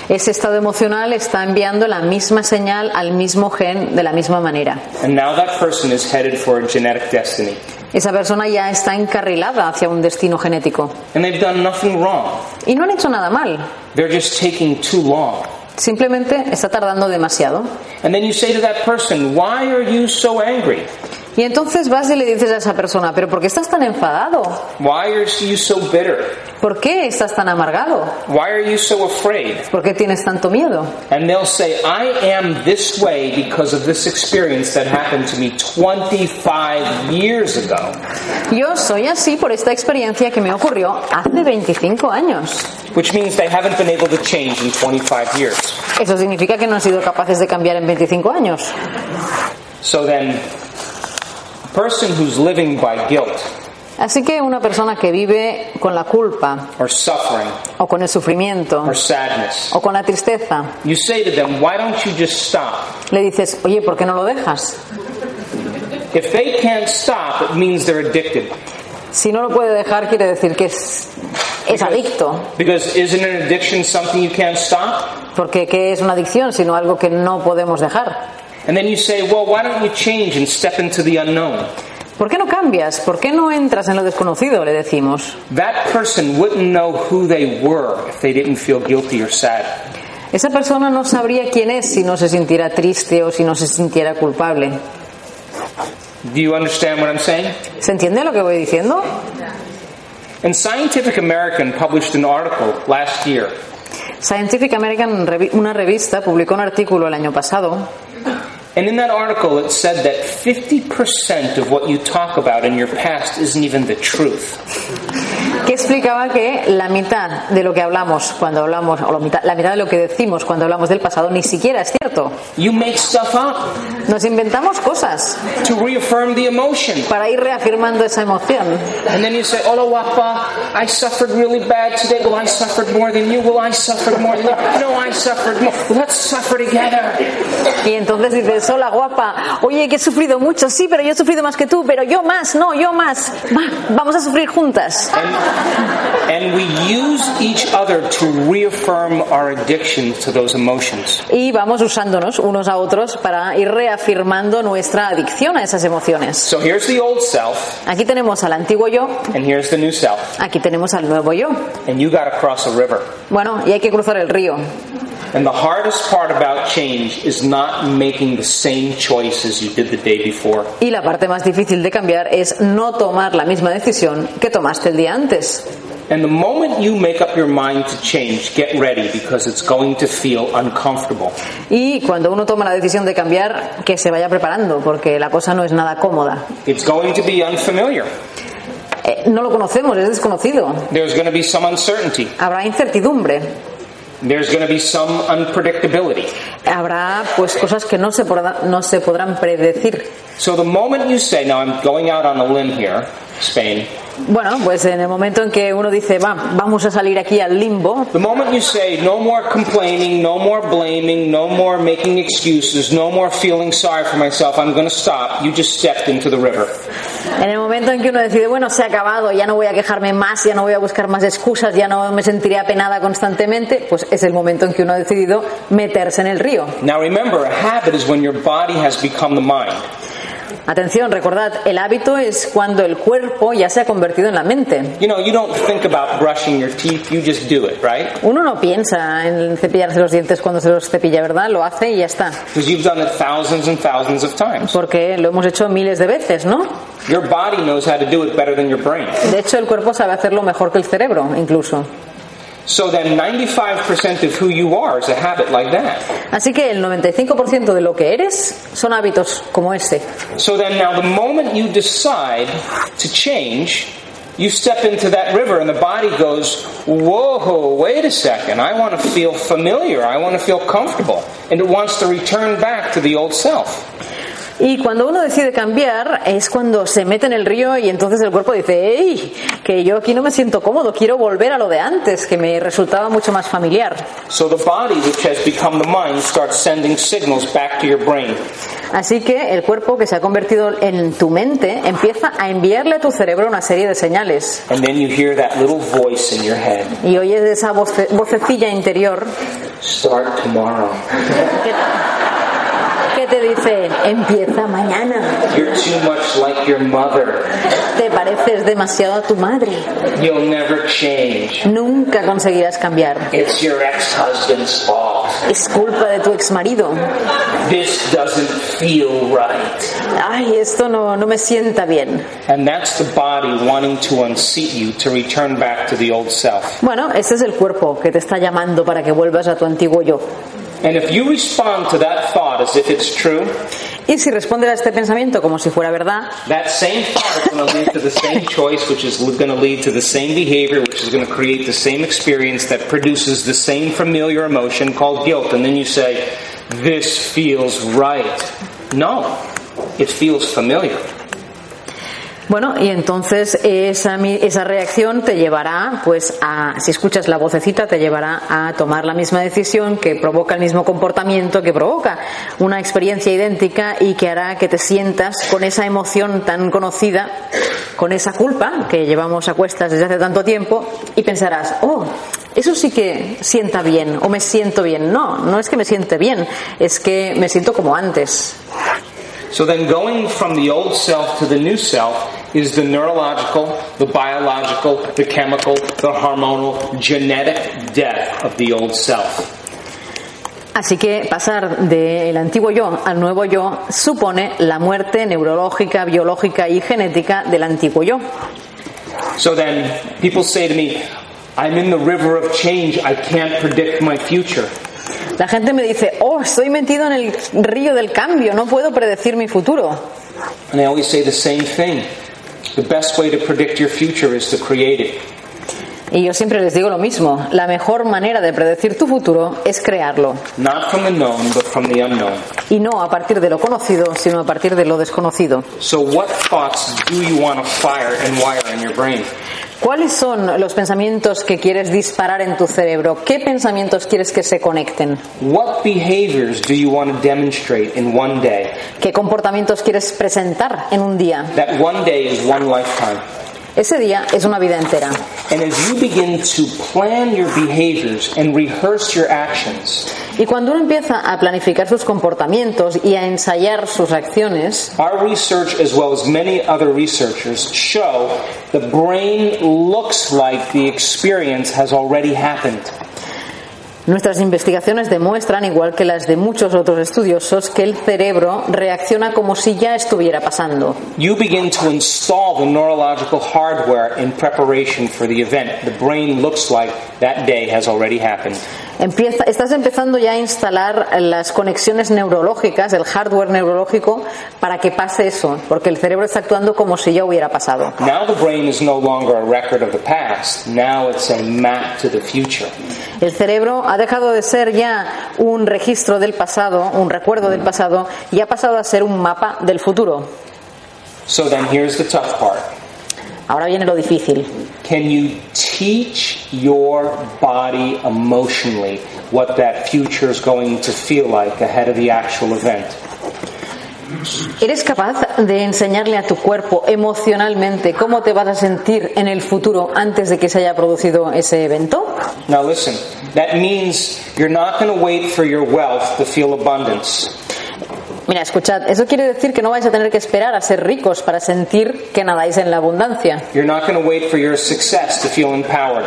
S2: Ese estado emocional está enviando la misma señal al mismo gen de la misma manera.
S1: And now that person is headed for a genetic destiny.
S2: Esa persona ya está encarrilada hacia un destino genético.
S1: And they've done nothing wrong.
S2: Y no han hecho nada mal.
S1: They're just taking too long.
S2: Simplemente está tardando demasiado.
S1: And then you say to that person, Why are you so angry?
S2: Y entonces vas y le dices a esa persona, pero ¿por qué estás tan enfadado?
S1: Why are you so bitter?
S2: ¿Por qué estás tan amargado?
S1: Why are you so afraid?
S2: ¿Por qué tienes tanto miedo?
S1: And they'll say, I am this way because of this experience that happened to me 25 years ago.
S2: Yo soy así por esta experiencia que me ocurrió hace 25 años.
S1: Which means they haven't been able to change in 25 years.
S2: Eso significa que no han sido capaces de cambiar en 25 años.
S1: So then, a person who's living by guilt
S2: Así que una persona que vive con la culpa
S1: or suffering
S2: o con el sufrimiento
S1: or sadness,
S2: o con la tristeza,
S1: you say to them, Why don't you just stop?
S2: le dices, oye, ¿por qué no lo dejas?
S1: If they can't stop, it means they're addicted.
S2: Si no lo puede dejar, quiere decir que es, es adicto.
S1: Because isn't an addiction something you can't stop?
S2: Porque ¿qué es una adicción sino algo que no podemos dejar?
S1: And then you say, Well, why don't you change and step into the unknown?
S2: ¿Por qué no cambias? ¿Por qué no entras en lo desconocido? Le decimos.
S1: That person wouldn't know who they were if they didn't feel guilty or sad.
S2: Esa persona no sabría quién es si no se sintiera triste o si no se sintiera culpable.
S1: Do you understand what I'm saying?
S2: ¿Se entiende lo que voy diciendo?
S1: And Scientific American published an article last year
S2: Scientific American, revi- una revista, publicó un artículo el año pasado
S1: And in that article, it said that 50% of what you talk about in your past isn't even the truth.
S2: que explicaba que la mitad de lo que hablamos cuando hablamos, o la mitad, la mitad de lo que decimos cuando hablamos del pasado ni siquiera es cierto.
S1: You make stuff up
S2: Nos inventamos cosas
S1: to reaffirm the emotion.
S2: para ir reafirmando esa emoción.
S1: And then you say, Olawapa, I suffered really bad today. Well, I suffered more than you. Well, I suffered more than you. No, I suffered more. Let's suffer together.
S2: Y entonces dices, hola guapa, oye que he sufrido mucho, sí, pero yo he sufrido más que tú, pero yo más, no, yo más, Va, vamos a sufrir juntas.
S1: And we use each other to reaffirm our addiction to those emotions.
S2: Y vamos usándonos unos a otros para ir reafirmando nuestra adicción a esas emociones.
S1: So here's the old self,
S2: Aquí tenemos al antiguo yo,
S1: and here's the new self.
S2: aquí tenemos al nuevo yo.
S1: And you gotta cross a river.
S2: Bueno, y hay que cruzar el río.
S1: And the hardest part about change is not making the same choice as you did the day before.
S2: Y la parte más difícil de cambiar es no tomar la misma decisión que tomaste el día antes.
S1: And the moment you make up your mind to change, get ready because it's going to feel uncomfortable.
S2: Y cuando uno toma la decisión de cambiar, que se vaya preparando, porque la cosa no es nada cómoda.
S1: It's going to be unfamiliar.
S2: Eh, no lo conocemos, es desconocido.
S1: There's going to be some uncertainty.
S2: Habrá incertidumbre.
S1: There's going to be some unpredictability.
S2: Habrá pues cosas que no se, podrá- no se podrán predecir.
S1: So the moment you say, now I'm going out on a limb here, Spain,
S2: Bueno, pues en el momento en que uno dice, va, vamos a salir aquí al limbo,
S1: the moment you say, no more complaining, no more blaming, no more making excuses, no more feeling sorry for myself, I'm going to stop, you just stepped into the river.
S2: en el momento en que uno decide, bueno, se ha acabado, ya no voy a quejarme más, ya no voy a buscar más excusas, ya no me sentiré apenada constantemente, pues es el momento en que uno ha decidido meterse en el río.
S1: Now remember, a habit is when your body has become the mind.
S2: Atención, recordad, el hábito es cuando el cuerpo ya se ha convertido en la mente.
S1: You know, you don't think about brushing your teeth, you just do it, right?
S2: Uno no piensa en cepillarse los dientes cuando se los cepilla, ¿verdad? Lo hace y ya está.
S1: Because you've done it thousands and thousands of times.
S2: Porque lo hemos hecho miles de veces, ¿no?
S1: Your body knows how to do it better than your brain.
S2: De hecho, el cuerpo sabe hacerlo mejor que el cerebro, incluso.
S1: So then 95% of who you are is a habit like that.
S2: Así que el 95% de lo que eres son hábitos como este.
S1: So then now the moment you decide to change, you step into that river and the body goes, whoa, wait a second, I want to feel familiar, I want to feel comfortable. And it wants to return back to the old self.
S2: Y cuando uno decide cambiar es cuando se mete en el río y entonces el cuerpo dice, ¡Ey! Que yo aquí no me siento cómodo, quiero volver a lo de antes, que me resultaba mucho más familiar.
S1: So the body, which has become the mind, starts sending signals back to your brain.
S2: Así que el cuerpo que se ha convertido en tu mente empieza a enviarle a tu cerebro una serie de señales.
S1: And then you hear that little voice in your head
S2: Y oyes esa voce- vocecilla interior
S1: start tomorrow.
S2: que, que que te dice, empieza mañana,
S1: You're too much like your mother.
S2: te pareces demasiado a tu madre,
S1: You'll never change.
S2: nunca conseguirás cambiar.
S1: It's your ex-husband's fault.
S2: Es culpa de tu exmarido.
S1: This doesn't feel right.
S2: Ay, esto no, no me sienta bien.
S1: And that's the body wanting to unseat you to return back to the old self.
S2: Bueno, ese es el cuerpo que te está llamando para que vuelvas a tu antiguo yo.
S1: And if you respond to that thought as if it's true,
S2: Y si respondes a este pensamiento como si fuera verdad,
S1: That same thought is going to lead to the same choice, which is going to lead to the same behavior, which is going to create the same experience that produces the same familiar emotion called guilt. And then you say, This feels right. No, it feels familiar.
S2: Bueno, y entonces esa, mi- esa reacción te llevará, pues, a, si escuchas la vocecita, te llevará a tomar la misma decisión que provoca el mismo comportamiento, que provoca una experiencia idéntica y que hará que te sientas con esa emoción tan conocida, con esa culpa que llevamos a cuestas desde hace tanto tiempo y pensarás, oh, eso sí que sienta bien o me siento bien. No, no es que me siente bien, es que me siento como antes.
S1: So then going from the old self to the new self is the neurological, the biological, the chemical, the hormonal, genetic death of the old self.
S2: Así que pasar del antiguo yo al nuevo yo supone la muerte neurológica, biológica y genética del antiguo yo.
S1: So then people say to me, I'm in the river of change. I can't predict my future.
S2: La gente me dice, oh, estoy metido en el río del cambio, no puedo predecir mi futuro.
S1: And I always say the same thing. The best way to predict your future is to create it.
S2: Y yo siempre les digo lo mismo, la mejor manera de predecir tu futuro es crearlo,
S1: Not from the known, but from the unknown.
S2: y no a partir de lo conocido, sino a partir de lo desconocido.
S1: So what thoughts do you want to fire and wire in your brain?
S2: ¿Cuáles son los pensamientos que quieres disparar en tu cerebro? ¿Qué pensamientos quieres que se conecten?
S1: What behaviors do you want to demonstrate in one day?
S2: ¿Qué comportamientos quieres presentar en un día?
S1: That one day is one lifetime.
S2: Ese día es una vida entera.
S1: And as you begin to plan your behaviors and rehearse your actions,
S2: Y cuando uno empieza a planificar sus comportamientos y a ensayar sus acciones,
S1: Our research, as well as many other researchers, show the brain looks like the experience has already happened.
S2: nuestras investigaciones demuestran, igual que las de muchos otros estudiosos, que el cerebro reacciona como si ya estuviera pasando.
S1: You begin to install the neurological hardware in preparation for the event. The brain looks like that day has already happened.
S2: Empieza- estás empezando ya a instalar las conexiones neurológicas, el hardware neurológico, para que pase eso, porque el cerebro está actuando como si ya hubiera pasado.
S1: Now the brain is no longer a record of the past. Now it's a map to the future.
S2: El cerebro ha dejado de ser ya un registro del pasado, un recuerdo del pasado, y ha pasado a ser un mapa del futuro.
S1: So then here's the tough part.
S2: Ahora viene lo difícil.
S1: Can you teach your body emotionally what that future is going to feel like ahead of the actual event?
S2: ¿Eres capaz de enseñarle a tu cuerpo emocionalmente cómo te vas a sentir en el futuro antes de que se haya producido ese evento?
S1: Now listen, that means you're not going to wait for your wealth to feel abundance.
S2: Mira, escuchad, eso quiere decir que no vais a tener que esperar a ser ricos para sentir que nadáis en la abundancia.
S1: You're not going to wait for your success to feel empowered.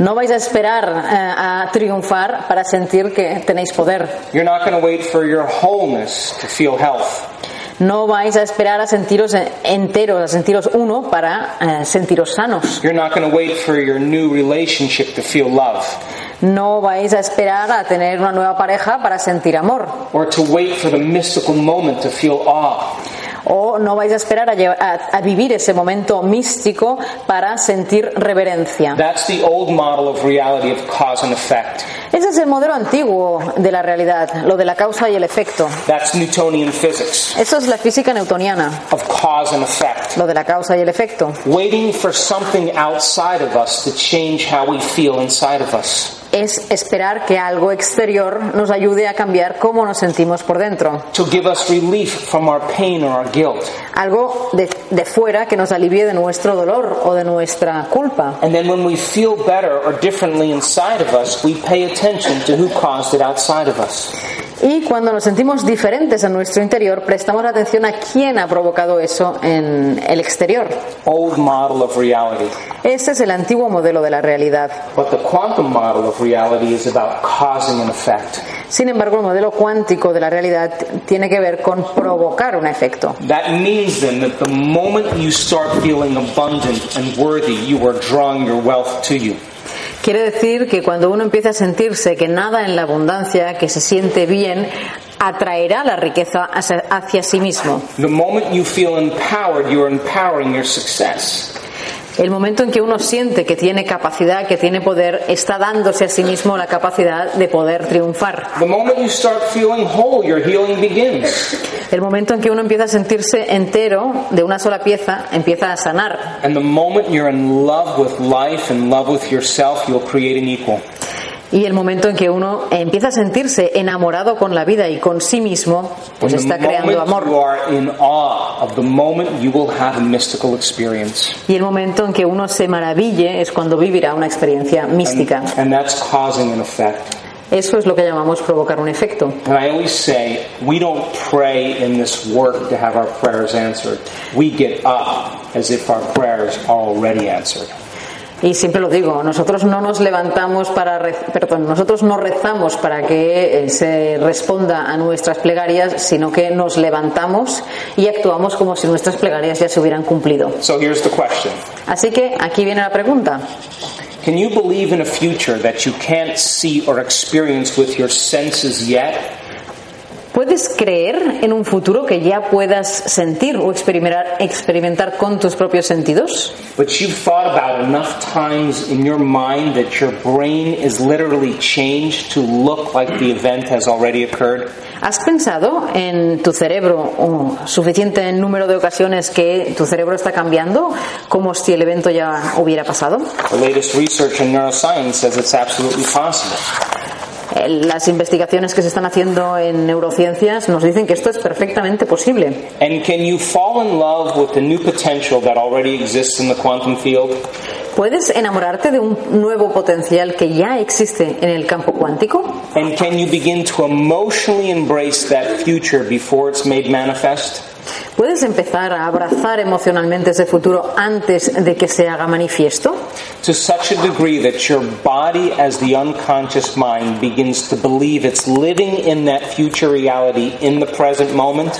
S2: No vais a esperar eh, a triunfar para sentir que tenéis poder.
S1: You're not going to wait for your wholeness to feel health.
S2: No vais a esperar a sentiros eh, enteros, a sentiros uno para eh, sentiros sanos.
S1: You're not going to wait for your new relationship to feel love
S2: No vais a esperar a tener una nueva pareja para sentir amor.
S1: or to wait for the mystical moment to feel awe.
S2: O no vais a esperar a, lleva- a- a vivir ese momento místico para sentir reverencia.
S1: That's the old model of reality of cause and effect.
S2: Ese es el modelo antiguo de la realidad, lo de la causa y el efecto.
S1: That's Newtonian physics
S2: Eso es la física newtoniana,
S1: of cause and effect.
S2: lo de la causa y el efecto.
S1: Waiting for something outside of us to change how we feel inside of us.
S2: Es esperar que algo exterior nos ayude a cambiar cómo nos sentimos por dentro.
S1: To give us relief from our pain or our guilt.
S2: Algo de, de fuera que nos alivie de nuestro dolor o de nuestra culpa.
S1: And then when we feel better or differently inside of us, we pay attention to who caused it outside of us.
S2: Y cuando nos sentimos diferentes en nuestro interior, prestamos atención a quién ha provocado eso en el exterior.
S1: Old model of reality.
S2: Ese es el antiguo modelo de la realidad.
S1: But the quantum model of reality is about causing an effect.
S2: Sin embargo, el modelo cuántico de la realidad tiene que ver con provocar un efecto.
S1: That means then that the moment you start feeling abundant and worthy, you are drawing your wealth to you.
S2: Quiere decir que cuando uno empieza a sentirse que nada en la abundancia, que se siente bien, atraerá la riqueza hacia, hacia sí mismo.
S1: The moment you feel empowered, you're empowering your success.
S2: El momento en que uno siente que tiene capacidad, que tiene poder, está dándose a sí mismo la capacidad de poder triunfar.
S1: The moment you start feeling whole, your healing begins.
S2: El momento en que uno empieza a sentirse entero de una sola pieza, empieza a sanar.
S1: And the moment you're in love with life and love with yourself, you'll create an equal.
S2: Y el momento en que uno empieza a sentirse enamorado con la vida y con sí mismo, pues
S1: In
S2: está
S1: the moment
S2: creando amor.
S1: you are in awe of the moment, you will have a mystical experience.
S2: Y el momento en que uno se maraville es cuando vivirá una experiencia mística.
S1: And that's causing an effect.
S2: Eso es lo que llamamos provocar un efecto.
S1: And I always say, we don't pray in this work to have our prayers answered. We get up as if our prayers are already answered.
S2: Y siempre lo digo, nosotros no nos levantamos para, re- perdón, nosotros no rezamos para que eh, se responda a nuestras plegarias, sino que nos levantamos y actuamos como si nuestras plegarias ya se hubieran cumplido.
S1: So here's the question
S2: Así que aquí viene la pregunta.
S1: Can you believe in a future that you can't see or experience with your senses yet?
S2: ¿Puedes creer en un futuro que ya puedas sentir o experimentar, experimentar con tus propios sentidos?
S1: But you've thought about enough times in your mind that your brain is literally changed to look like the event has already occurred?
S2: ¿Has pensado en tu cerebro o suficiente en número de ocasiones que tu cerebro está cambiando como si el evento ya hubiera pasado?
S1: The latest research in neuroscience says it's absolutely possible.
S2: Eh, Las investigaciones que se están haciendo en neurociencias nos dicen que esto es perfectamente posible.
S1: And can you fall in love with the new potential that already exists in the quantum field?
S2: ¿Puedes enamorarte de un nuevo potencial que ya existe en el campo cuántico?
S1: And can you begin to emotionally embrace that future before it's made manifest?
S2: ¿Puedes empezar a abrazar emocionalmente ese futuro antes de que se haga manifiesto?
S1: To such a degree that your body, as the unconscious mind, begins to believe it's living in that future reality in the present moment?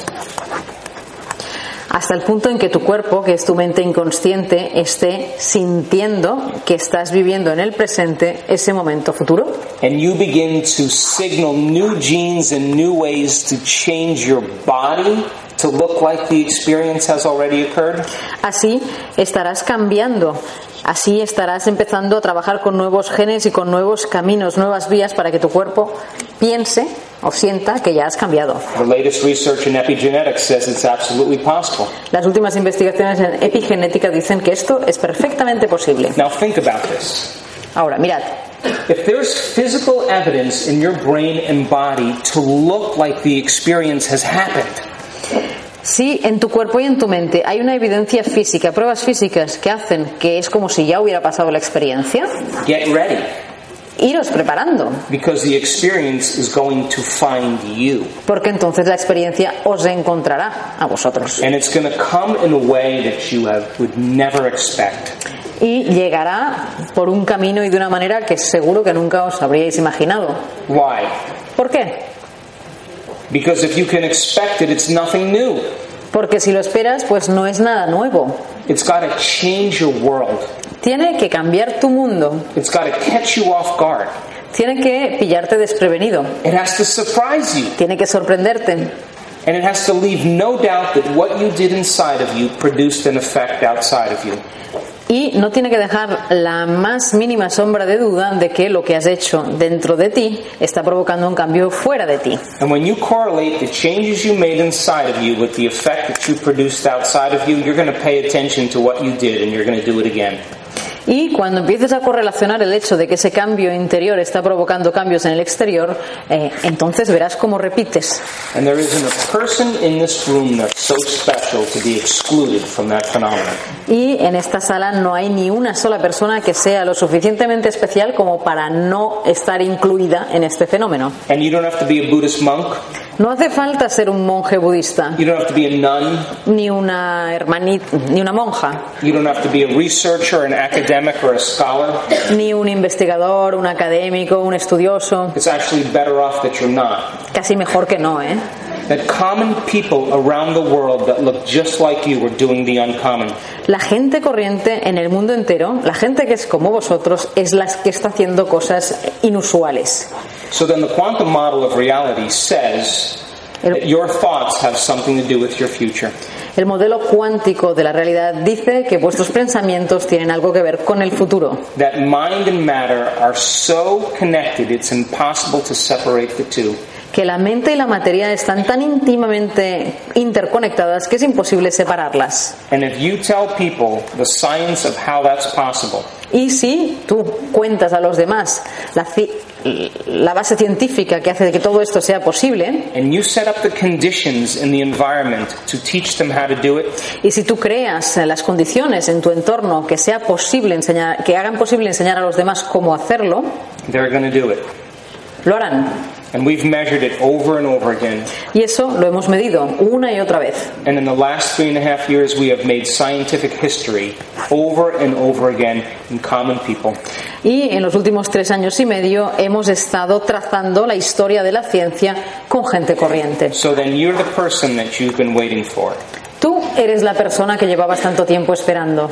S2: Hasta el punto en que tu cuerpo, que es tu mente inconsciente, esté sintiendo que estás viviendo en el presente ese momento futuro.
S1: And you begin to signal new genes and new ways to change your body to look like the experience has already occurred?
S2: Así estarás cambiando, así estarás empezando a trabajar con nuevos genes y con nuevos caminos, nuevas vías para que tu cuerpo piense o sienta que ya has cambiado.
S1: The latest research in epigenetics says it's absolutely possible.
S2: Las últimas investigaciones en epigenética dicen que esto es perfectamente posible.
S1: Now think about this.
S2: Ahora, mirad,
S1: If there's physical evidence in your brain and body to look like the experience has happened,
S2: Si en tu cuerpo y en tu mente hay una evidencia física, pruebas físicas que hacen que es como si ya hubiera pasado la experiencia,
S1: get ready
S2: iros preparando,
S1: because the experience is going to find you.
S2: porque entonces la experiencia os encontrará a vosotros
S1: And it's going to come in a way that you have, would never expect.
S2: y llegará por un camino y de una manera que seguro que nunca os habríais imaginado.
S1: Why?
S2: ¿Por qué?
S1: Because if you can expect it, it's nothing new.
S2: Porque si lo esperas, pues no es nada nuevo.
S1: It's got to change your world.
S2: Tiene que cambiar tu mundo,
S1: It's got to catch you off guard.
S2: tiene que pillarte desprevenido,
S1: It has to surprise you.
S2: tiene que sorprenderte.
S1: And it has to leave no doubt that what you did inside of you produced an effect outside of you.
S2: Y no tiene que dejar la más mínima sombra de duda de que lo que has hecho dentro de ti está provocando un cambio fuera de ti.
S1: And when you correlate the changes you made inside of you with the effect that you produced outside of you, you're going to pay attention to what you did and you're going to do it again.
S2: Y cuando empieces a correlacionar el hecho de que ese cambio interior está provocando cambios en el exterior, eh, entonces verás cómo repites.
S1: And there isn't a person in this room that's so special to be excluded from that phenomenon.
S2: Y en esta sala no hay ni una sola persona que sea lo suficientemente especial como para no estar incluida en este fenómeno.
S1: And you don't have to be a Buddhist monk,
S2: No hace falta ser un monje budista,
S1: you don't have to be a nun,
S2: ni una hermanita, ni una monja,
S1: you don't have to be a researcher, an academic, or a scholar.
S2: ni un investigador, un académico, un estudioso.
S1: It's actually better off that you're not.
S2: Casi mejor que no, ¿eh?
S1: That common people around the world that look just like you are doing the uncommon.
S2: La gente corriente en el mundo entero, la gente que es como vosotros, es la que está haciendo cosas inusuales.
S1: So then the quantum model of reality says that your thoughts have something to do with your future.
S2: El modelo cuántico de la realidad dice que vuestros pensamientos tienen algo que ver con el futuro,
S1: That mind and matter are so connected it's impossible to separate the two.
S2: que la mente y la materia están tan íntimamente interconectadas que es imposible separarlas.
S1: And if you tell people the science of how that's possible,
S2: Y si tú cuentas a los demás la, ci- la base científica que hace que todo esto sea posible,
S1: and you set up the conditions in the environment to teach them how to do it,
S2: y si tú creas las condiciones en tu entorno que sea posible enseñar, que hagan posible enseñar a los demás cómo hacerlo,
S1: they're going to do it.
S2: lo harán.
S1: And we've measured it over and over again.
S2: Y eso lo hemos medido una y otra vez.
S1: And in the last three and a half years, we have made scientific history over and over again in common people.
S2: Y en los últimos tres años y medio hemos estado trazando la historia de la ciencia con gente corriente.
S1: So then you're the person that you've been waiting for.
S2: Tú eres la persona que llevabas tanto tiempo esperando.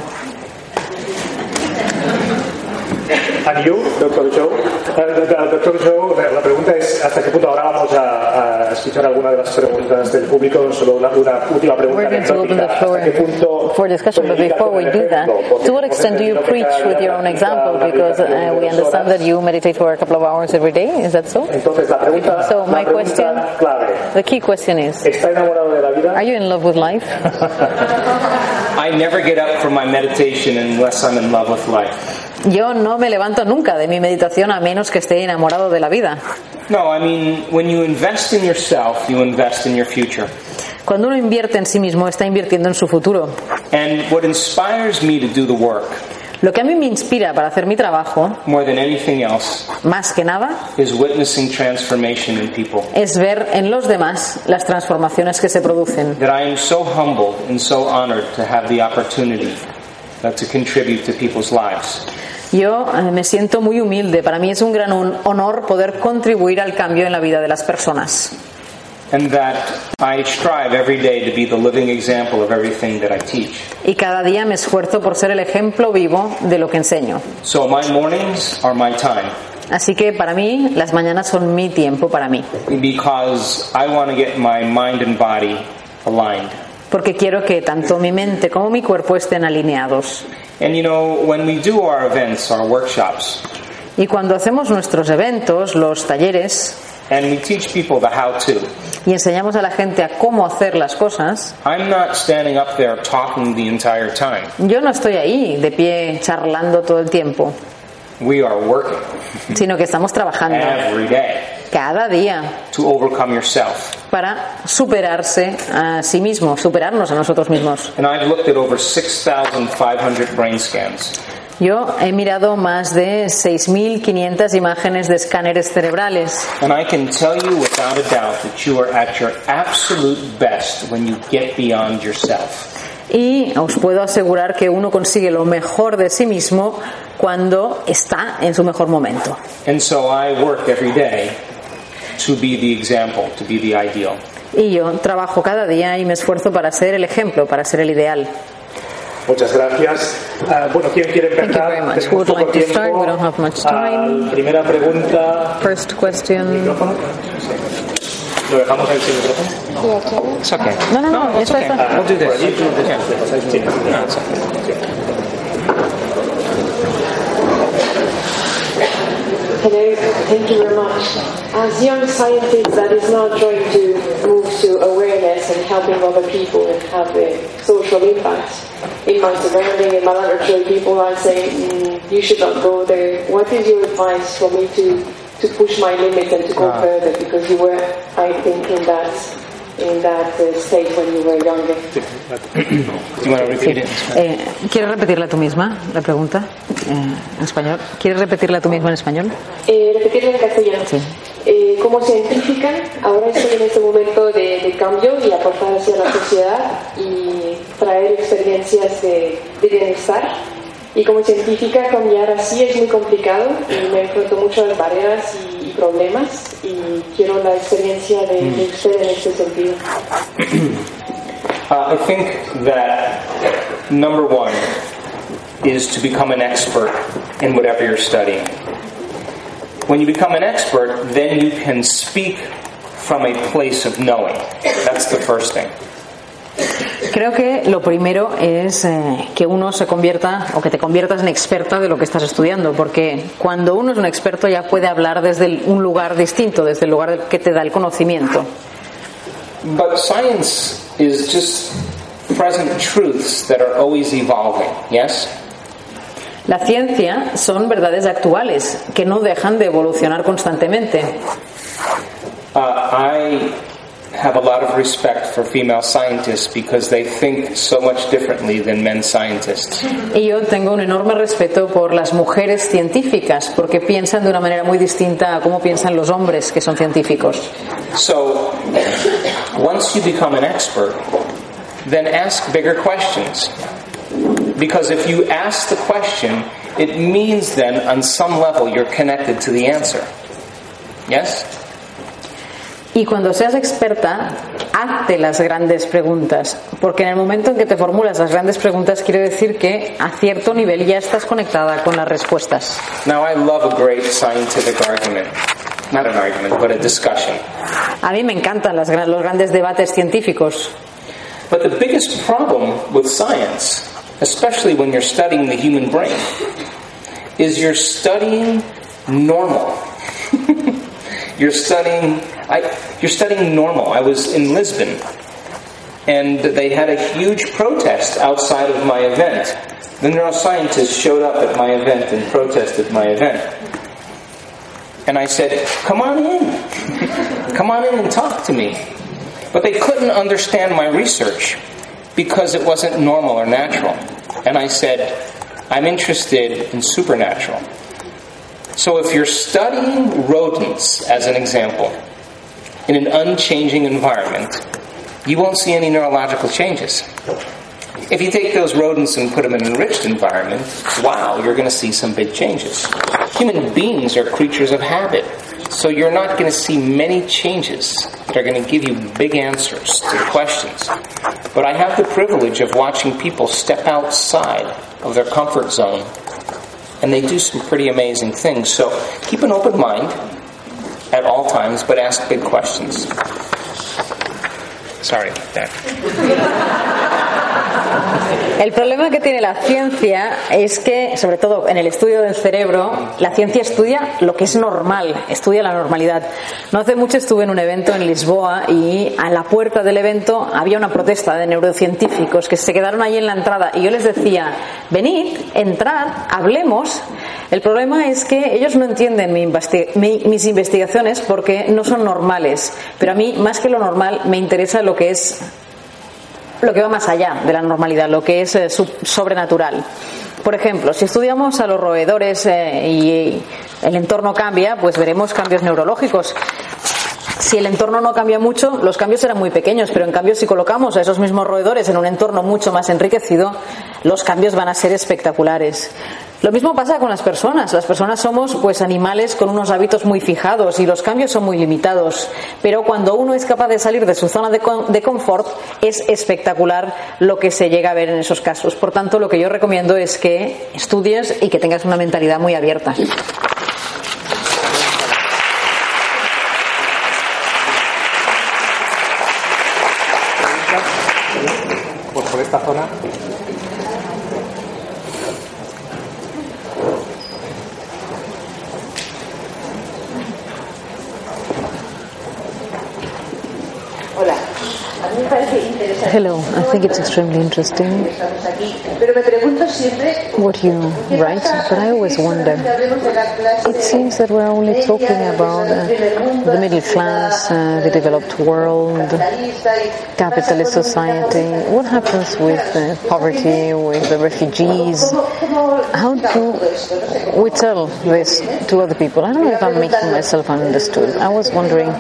S3: And you, Dr. Joe. Doctor Joe, la la pregunta es hasta qué punto ahora vamos a, a escuchar alguna de las preguntas del público. Solo una, una última pregunta.
S4: We're going to open the
S3: anecdótica.
S4: floor
S3: ¿Hasta qué punto
S4: for discussion, but
S3: predica
S4: before
S3: con
S4: we
S3: el
S4: do that,
S3: ejemplo? Porque
S4: to what
S3: hemos
S4: extent do you
S3: entendido que
S4: preach
S3: cada
S4: with your own
S3: una
S4: example?
S3: meditación
S4: Because uh,
S3: de
S4: we
S3: dos
S4: understand
S3: horas.
S4: that you meditate for a couple of hours every day, is that so?
S3: Entonces, la pregunta,
S4: So,
S3: la
S4: my
S3: pregunta
S4: question-
S3: clave.
S4: The key question is
S3: ¿Está enamorado de la vida?
S4: Are you in love with life?
S1: I never get up from my meditation unless I'm in love with life.
S2: Yo no me levanto nunca de mi meditación a menos que esté enamorado de la vida.
S1: No, I mean, when you invest in yourself, you invest in your future.
S2: Cuando uno invierte en sí mismo, está invirtiendo en su futuro.
S1: And what inspires me to do the work
S2: Lo que a mí me inspira para hacer mi trabajo,
S1: more than anything else
S2: más que nada,
S1: is witnessing transformation in people.
S2: es ver en los demás las transformaciones que se producen.
S1: That I am so humbled and so honored to have the opportunity uh, to contribute to people's lives.
S2: Yo eh, me siento muy humilde. Para mí es un gran hon- honor poder contribuir al cambio en la vida de las personas.
S1: And that I strive every day to be the living example of everything that I teach.
S2: Y cada día me esfuerzo por ser el ejemplo vivo de lo que enseño.
S1: So my mornings are my time
S2: Así que para mí las mañanas son mi tiempo para mí.
S1: because I want to get my mind and body aligned.
S2: Porque quiero que tanto mi mente como mi cuerpo estén alineados.
S1: And you know, when we do our events, our workshops,
S2: Y cuando hacemos nuestros eventos, los talleres,
S1: and we teach people the how to,
S2: y enseñamos a la gente a cómo hacer las cosas,
S1: I'm not standing up there talking the entire time.
S2: yo no estoy ahí de pie charlando todo el tiempo,
S1: We are working
S2: sino que estamos trabajando
S1: every day
S2: cada día
S1: to overcome yourself.
S2: para superarse a sí mismo, superarnos a nosotros mismos.
S1: And I've looked at over 6,500 brain scans.
S2: Yo he mirado más de 6.500 imágenes de escáneres cerebrales
S1: And I can tell you without a doubt that you are at your absolute best when you get beyond yourself.
S2: y os puedo asegurar que uno consigue lo mejor de sí mismo cuando está en su mejor momento.
S1: And so I work every day to be the example, to be the ideal.
S2: Y yo trabajo cada día y me esfuerzo para ser el ejemplo, para ser el ideal.
S3: Muchas gracias. Ah, bueno, ¿quién quiere
S4: you
S3: empezar?
S4: very much.
S3: Tenemos
S4: Who would
S3: poco
S4: like to start?
S3: tiempo.
S4: We don't have much
S3: Ah,
S4: time.
S3: primera pregunta.
S4: First question.
S3: ¿Micrófono? Lo dejamos ahí sin micrófono.
S1: It's okay.
S4: No, no, no, it's okay.
S1: We'll do this.
S3: Sí.
S1: No, it's okay.
S5: Hello, thank you very much. As young scientists that is now trying to move to awareness and helping other people and have a social impact in my surrounding, in my laboratory, people are saying, mm, you should not go there. What is your advice for me to, to push my limits and to go further? Because you were, I think, in that in that uh, state when you were younger.
S1: Do you want to repeat it?
S2: Eh, ¿Quieres repetirla tú misma, la pregunta? Eh, en español. ¿Quieres repetirla tú misma en español?
S5: Eh, repetirlo en castellano. Eh, como científica, ahora estoy en este momento de, de cambio y aportar hacia la sociedad y traer experiencias de, de bienestar. Y como científica, cambiar así es muy complicado y me enfrento mucho a las barreras y, y problemas y quiero la experiencia de, de usted en este sentido.
S1: Uh, I think that number one is to become an expert in whatever you're studying. When you become an expert, then you can speak from a place of knowing. That's the first thing.
S2: Creo que lo primero es eh, que uno se convierta o que te conviertas en experta de lo que estás estudiando, porque cuando uno es un experto ya puede hablar desde el- un lugar distinto, desde el lugar del que te da el conocimiento.
S1: But science is just present truths that are always evolving, yes?
S2: La ciencia son verdades actuales que no dejan de evolucionar constantemente.
S1: Uh, I have a lot of respect for female scientists because they think so much differently than men scientists.
S2: Y yo tengo un enorme respeto por las mujeres científicas, porque piensan de una manera muy distinta a cómo piensan los hombres que son científicos.
S1: So, once you become an expert, then ask bigger questions. Because if you ask the question, it means then on some level you're connected to the answer. Yes?
S2: Y cuando seas experta, hazte las grandes preguntas, porque en el momento en que te formulas las grandes preguntas quiere decir que a cierto nivel ya estás conectada con las respuestas.
S1: Now, I love a great scientific argument. Not an argument, but a discussion.
S2: A mí me encantan las gran- los grandes debates científicos,
S1: But the biggest problem with science, especially when you're studying the human brain, is you're studying normal. [LAUGHS] you're studying I, you're studying normal. I was in Lisbon and they had a huge protest outside of my event. The neuroscientist showed up at my event and protested my event. And I said, Come on in. Come on in and talk to me. But they couldn't understand my research because it wasn't normal or natural. And I said, I'm interested in supernatural. So if you're studying rodents, as an example, in an unchanging environment, you won't see any neurological changes. If you take those rodents and put them in an enriched environment, wow, you're going to see some big changes. Human beings are creatures of habit, so you're not going to see many changes that are going to give you big answers to questions. But I have the privilege of watching people step outside of their comfort zone, and they do some pretty amazing things. So keep an open mind at all times, but ask big questions. Sorry about that.
S2: El problema que tiene la ciencia es que, sobre todo en el estudio del cerebro, la ciencia estudia lo que es normal, estudia la normalidad. No hace mucho estuve en un evento en Lisboa y a la puerta del evento había una protesta de neurocientíficos que se quedaron ahí en la entrada y yo les decía, venid, entrad, hablemos. El problema es que ellos no entienden mi investi- mi- mis investigaciones porque no son normales, pero a mí, más que lo normal, me interesa lo que es lo que va más allá de la normalidad, lo que es eh, sub- sobrenatural. Por ejemplo, si estudiamos a los roedores eh, y el entorno cambia, pues veremos cambios neurológicos. Si el entorno no cambia mucho, los cambios serán muy pequeños, pero en cambio si colocamos a esos mismos roedores en un entorno mucho más enriquecido, los cambios van a ser espectaculares. Lo mismo pasa con las personas. Las personas somos pues animales con unos hábitos muy fijados y los cambios son muy limitados. Pero cuando uno es capaz de salir de su zona de, con- de confort, es espectacular lo que se llega a ver en esos casos. Por tanto, lo que yo recomiendo es que estudies y que tengas una mentalidad muy abierta.
S6: Por, por esta zona.
S7: Hola. A mí me parece interesante.
S8: Hello, I think it's extremely interesting
S7: Estamos aquí. Pero me pregunto siempre.
S8: what you write, but I always wonder. It seems that we're only talking about uh, the middle class, uh, the developed world, capitalist society. What happens with uh, poverty, with the refugees? How do we tell this to other people? I don't know if I'm making myself understood. I was wondering,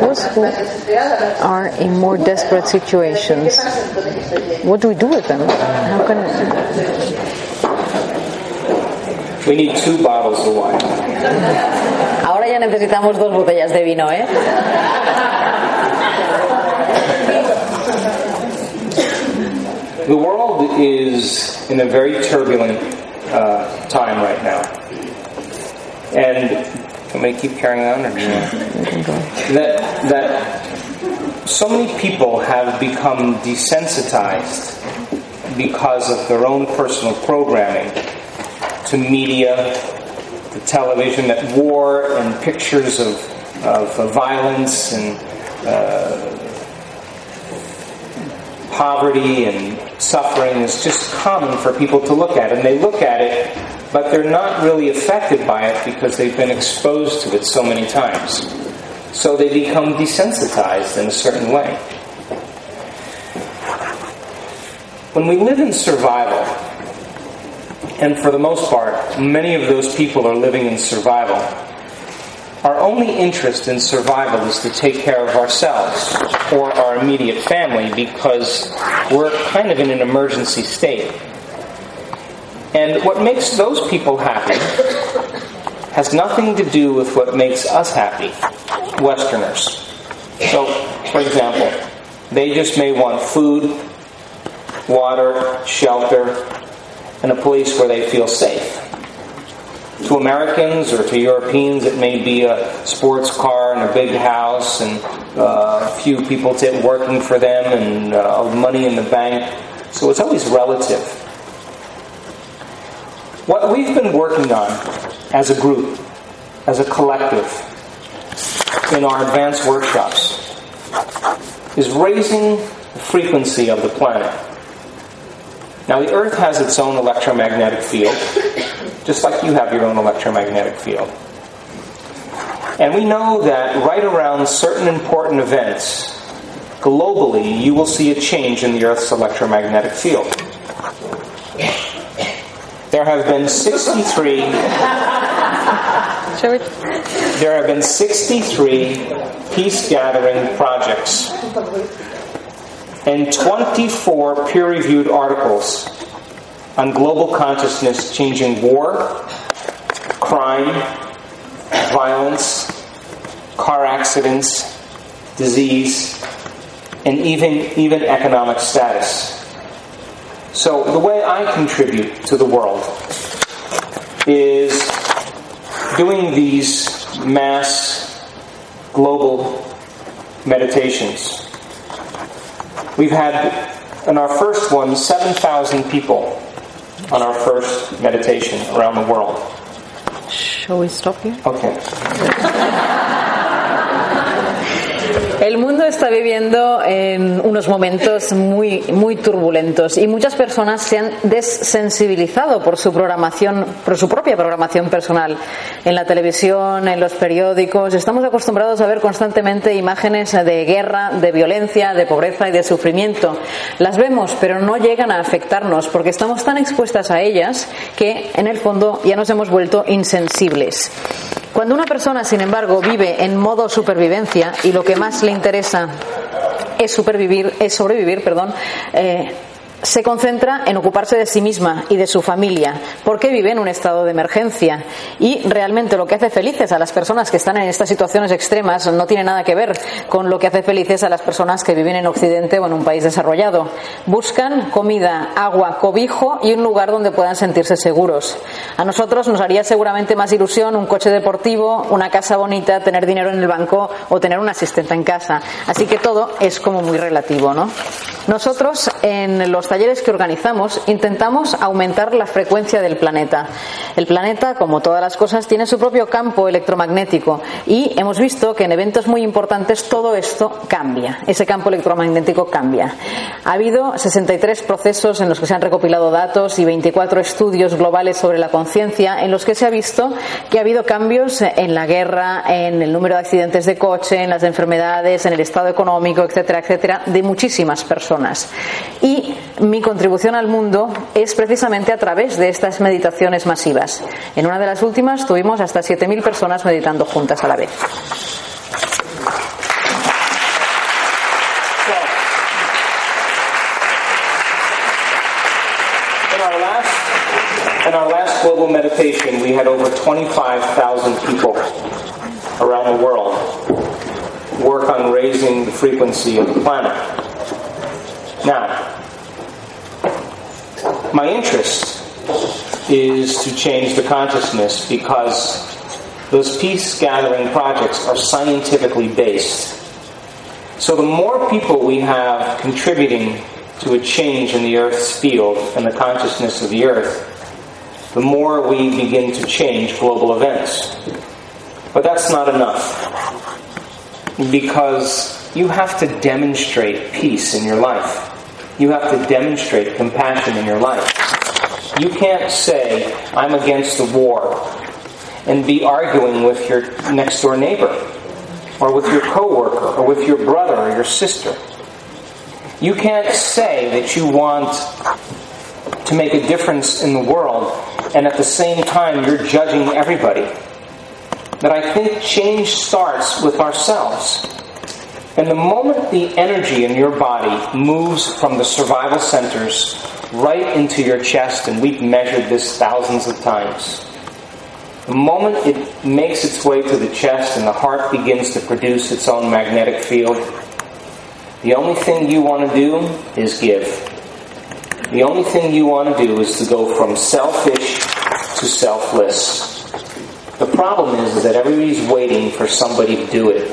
S8: those who are in more desperate situations, what do we do with them? How can
S1: We need two bottles of wine.
S2: Ahora ya necesitamos dos botellas de vino, ¿eh?
S1: The world is in a very turbulent uh, time right now. And can we keep carrying on? Or that, that so many people have become desensitized because of their own personal programming to media, to television, that war and pictures of, of violence and uh, poverty and suffering is just common for people to look at. And they look at it, but they're not really affected by it because they've been exposed to it so many times. So they become desensitized in a certain way. When we live in survival, and for the most part, many of those people are living in survival, our only interest in survival is to take care of ourselves or our immediate family because we're kind of in an emergency state. And what makes those people happy has nothing to do with what makes us happy, Westerners. So, for example, they just may want food, water, shelter, and a place where they feel safe. To Americans or to Europeans, it may be a sports car and a big house and uh, a few people t- working for them and uh, money in the bank. So it's always relative. What we've been working on as a group, as a collective, in our advanced workshops, is raising the frequency of the planet. Now, the Earth has its own electromagnetic field, just like you have your own electromagnetic field. And we know that right around certain important events, globally, you will see a change in the Earth's electromagnetic field. There have been 63. There have been 63 peace gathering projects and 24 peer reviewed articles on global consciousness changing war, crime, violence, car accidents, disease, and even, even economic status. So, the way I contribute to the world is doing these mass global meditations. We've had, in our first one, 7,000 people on our first meditation around the world.
S8: Shall we stop here?
S1: Okay.
S2: El mundo está viviendo en unos momentos muy, muy turbulentos y muchas personas se han desensibilizado por su programación, por su propia programación personal. En la televisión, en los periódicos, estamos acostumbrados a ver constantemente imágenes de guerra, de violencia, de pobreza y de sufrimiento. Las vemos, pero no llegan a afectarnos porque estamos tan expuestas a ellas que, en el fondo, ya nos hemos vuelto insensibles. Cuando una persona, sin embargo, vive en modo supervivencia y lo que más le interesa es supervivir, es sobrevivir, perdón, eh, se concentra en ocuparse de sí misma y de su familia, porque vive en un estado de emergencia. Y realmente lo que hace felices a las personas que están en estas situaciones extremas no tiene nada que ver con lo que hace felices a las personas que viven en Occidente o en un país desarrollado. Buscan comida, agua, cobijo y un lugar donde puedan sentirse seguros. A nosotros nos haría seguramente más ilusión un coche deportivo, una casa bonita, tener dinero en el banco o tener una asistenta en casa. Así que todo es como muy relativo, ¿no? Nosotros en los talleres que organizamos intentamos aumentar la frecuencia del planeta. El planeta, como todas las cosas, tiene su propio campo electromagnético y hemos visto que en eventos muy importantes todo esto cambia, ese campo electromagnético cambia. Ha habido 63 procesos en los que se han recopilado datos y 24 estudios globales sobre la conciencia en los que se ha visto que ha habido cambios en la guerra, en el número de accidentes de coche, en las enfermedades, en el estado económico, etcétera, etcétera, de muchísimas personas. Y mi contribución al mundo es precisamente a través de estas meditaciones masivas. En una de las últimas tuvimos hasta 7.000 personas meditando juntas a la vez.
S1: In our last, in our last global meditation, we had over 25,000 people around the world work on raising the frequency of the planet. Now, my interest is to change the consciousness because those peace gathering projects are scientifically based. So the more people we have contributing to a change in the Earth's field and the consciousness of the Earth, the more we begin to change global events. But that's not enough. Because you have to demonstrate peace in your life. You have to demonstrate compassion in your life. You can't say, I'm against the war, and be arguing with your next door neighbor, or with your coworker, or with your brother or your sister. You can't say that you want to make a difference in the world, and at the same time you're judging everybody that I think change starts with ourselves. And the moment the energy in your body moves from the survival centers right into your chest, and we've measured this thousands of times, the moment it makes its way to the chest and the heart begins to produce its own magnetic field, the only thing you want to do is give. The only thing you want to do is to go from selfish to selfless. The problem is, is that everybody's waiting for somebody to do it.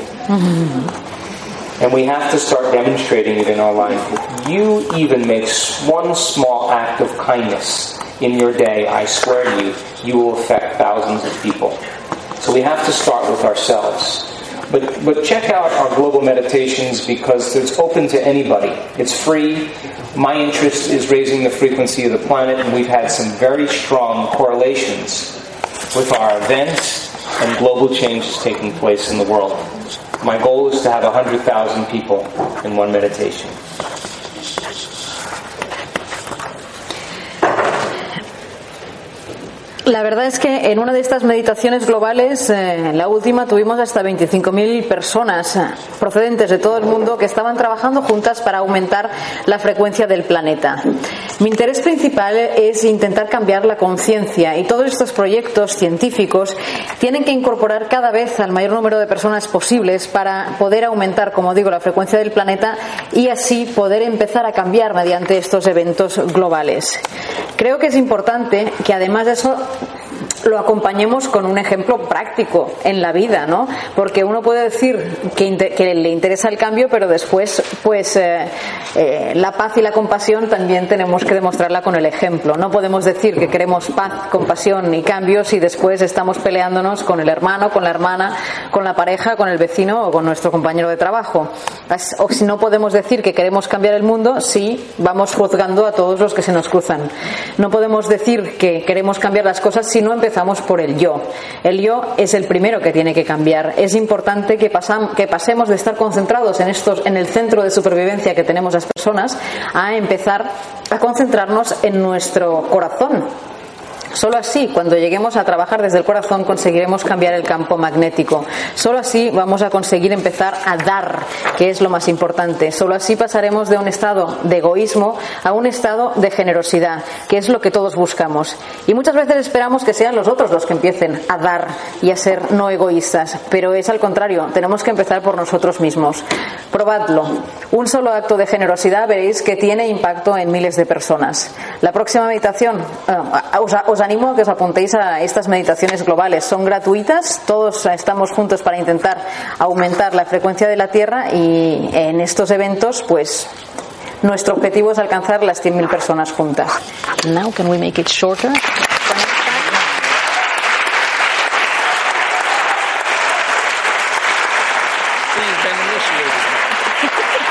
S1: And we have to start demonstrating it in our life. If you even make s- one small act of kindness in your day, I swear to you, you will affect thousands of people. So we have to start with ourselves. But, but check out our global meditations because it's open to anybody. It's free. My interest is raising the frequency of the planet, and we've had some very strong correlations with our events and global changes taking place in the world. My goal is to have 100,000 people in one meditation.
S2: La verdad es que en una de estas meditaciones globales, eh, la última, tuvimos hasta 25.000 personas eh, procedentes de todo el mundo que estaban trabajando juntas para aumentar la frecuencia del planeta. Mi interés principal es intentar cambiar la conciencia y todos estos proyectos científicos tienen que incorporar cada vez al mayor número de personas posibles para poder aumentar, como digo, la frecuencia del planeta y así poder empezar a cambiar mediante estos eventos globales. Creo que es importante que además de eso lo acompañemos con un ejemplo práctico en la vida, ¿no? Porque uno puede decir que, inte- que le interesa el cambio, pero después, pues, eh, eh, la paz y la compasión también tenemos que demostrarla con el ejemplo. No podemos decir que queremos paz, compasión y cambio si después estamos peleándonos con el hermano, con la hermana, con la pareja, con el vecino o con nuestro compañero de trabajo. As- O si no podemos decir que queremos cambiar el mundo si vamos juzgando a todos los que se nos cruzan. No podemos decir que queremos cambiar las cosas si no empezamos por el yo. El yo es el primero que tiene que cambiar. Es importante que, pasam- que pasemos de estar concentrados en, estos, en el centro de supervivencia que tenemos las personas a empezar a concentrarnos en nuestro corazón, Solo así, cuando lleguemos a trabajar desde el corazón, conseguiremos cambiar el campo magnético. Solo así vamos a conseguir empezar a dar, que es lo más importante. Solo así pasaremos de un estado de egoísmo a un estado de generosidad, que es lo que todos buscamos. Y muchas veces esperamos que sean los otros los que empiecen a dar y a ser no egoístas, pero es al contrario, tenemos que empezar por nosotros mismos. Probadlo. Un solo acto de generosidad veréis que tiene impacto en miles de personas. La próxima meditación, eh, os, os animo a que os apuntéis a estas meditaciones globales. Son gratuitas, todos estamos juntos para intentar aumentar la frecuencia de la Tierra y en estos eventos, pues
S4: Nuestro objetivo es alcanzar las 100.000 personas juntas. Now can we make it shorter?
S1: Please, Ben initiated.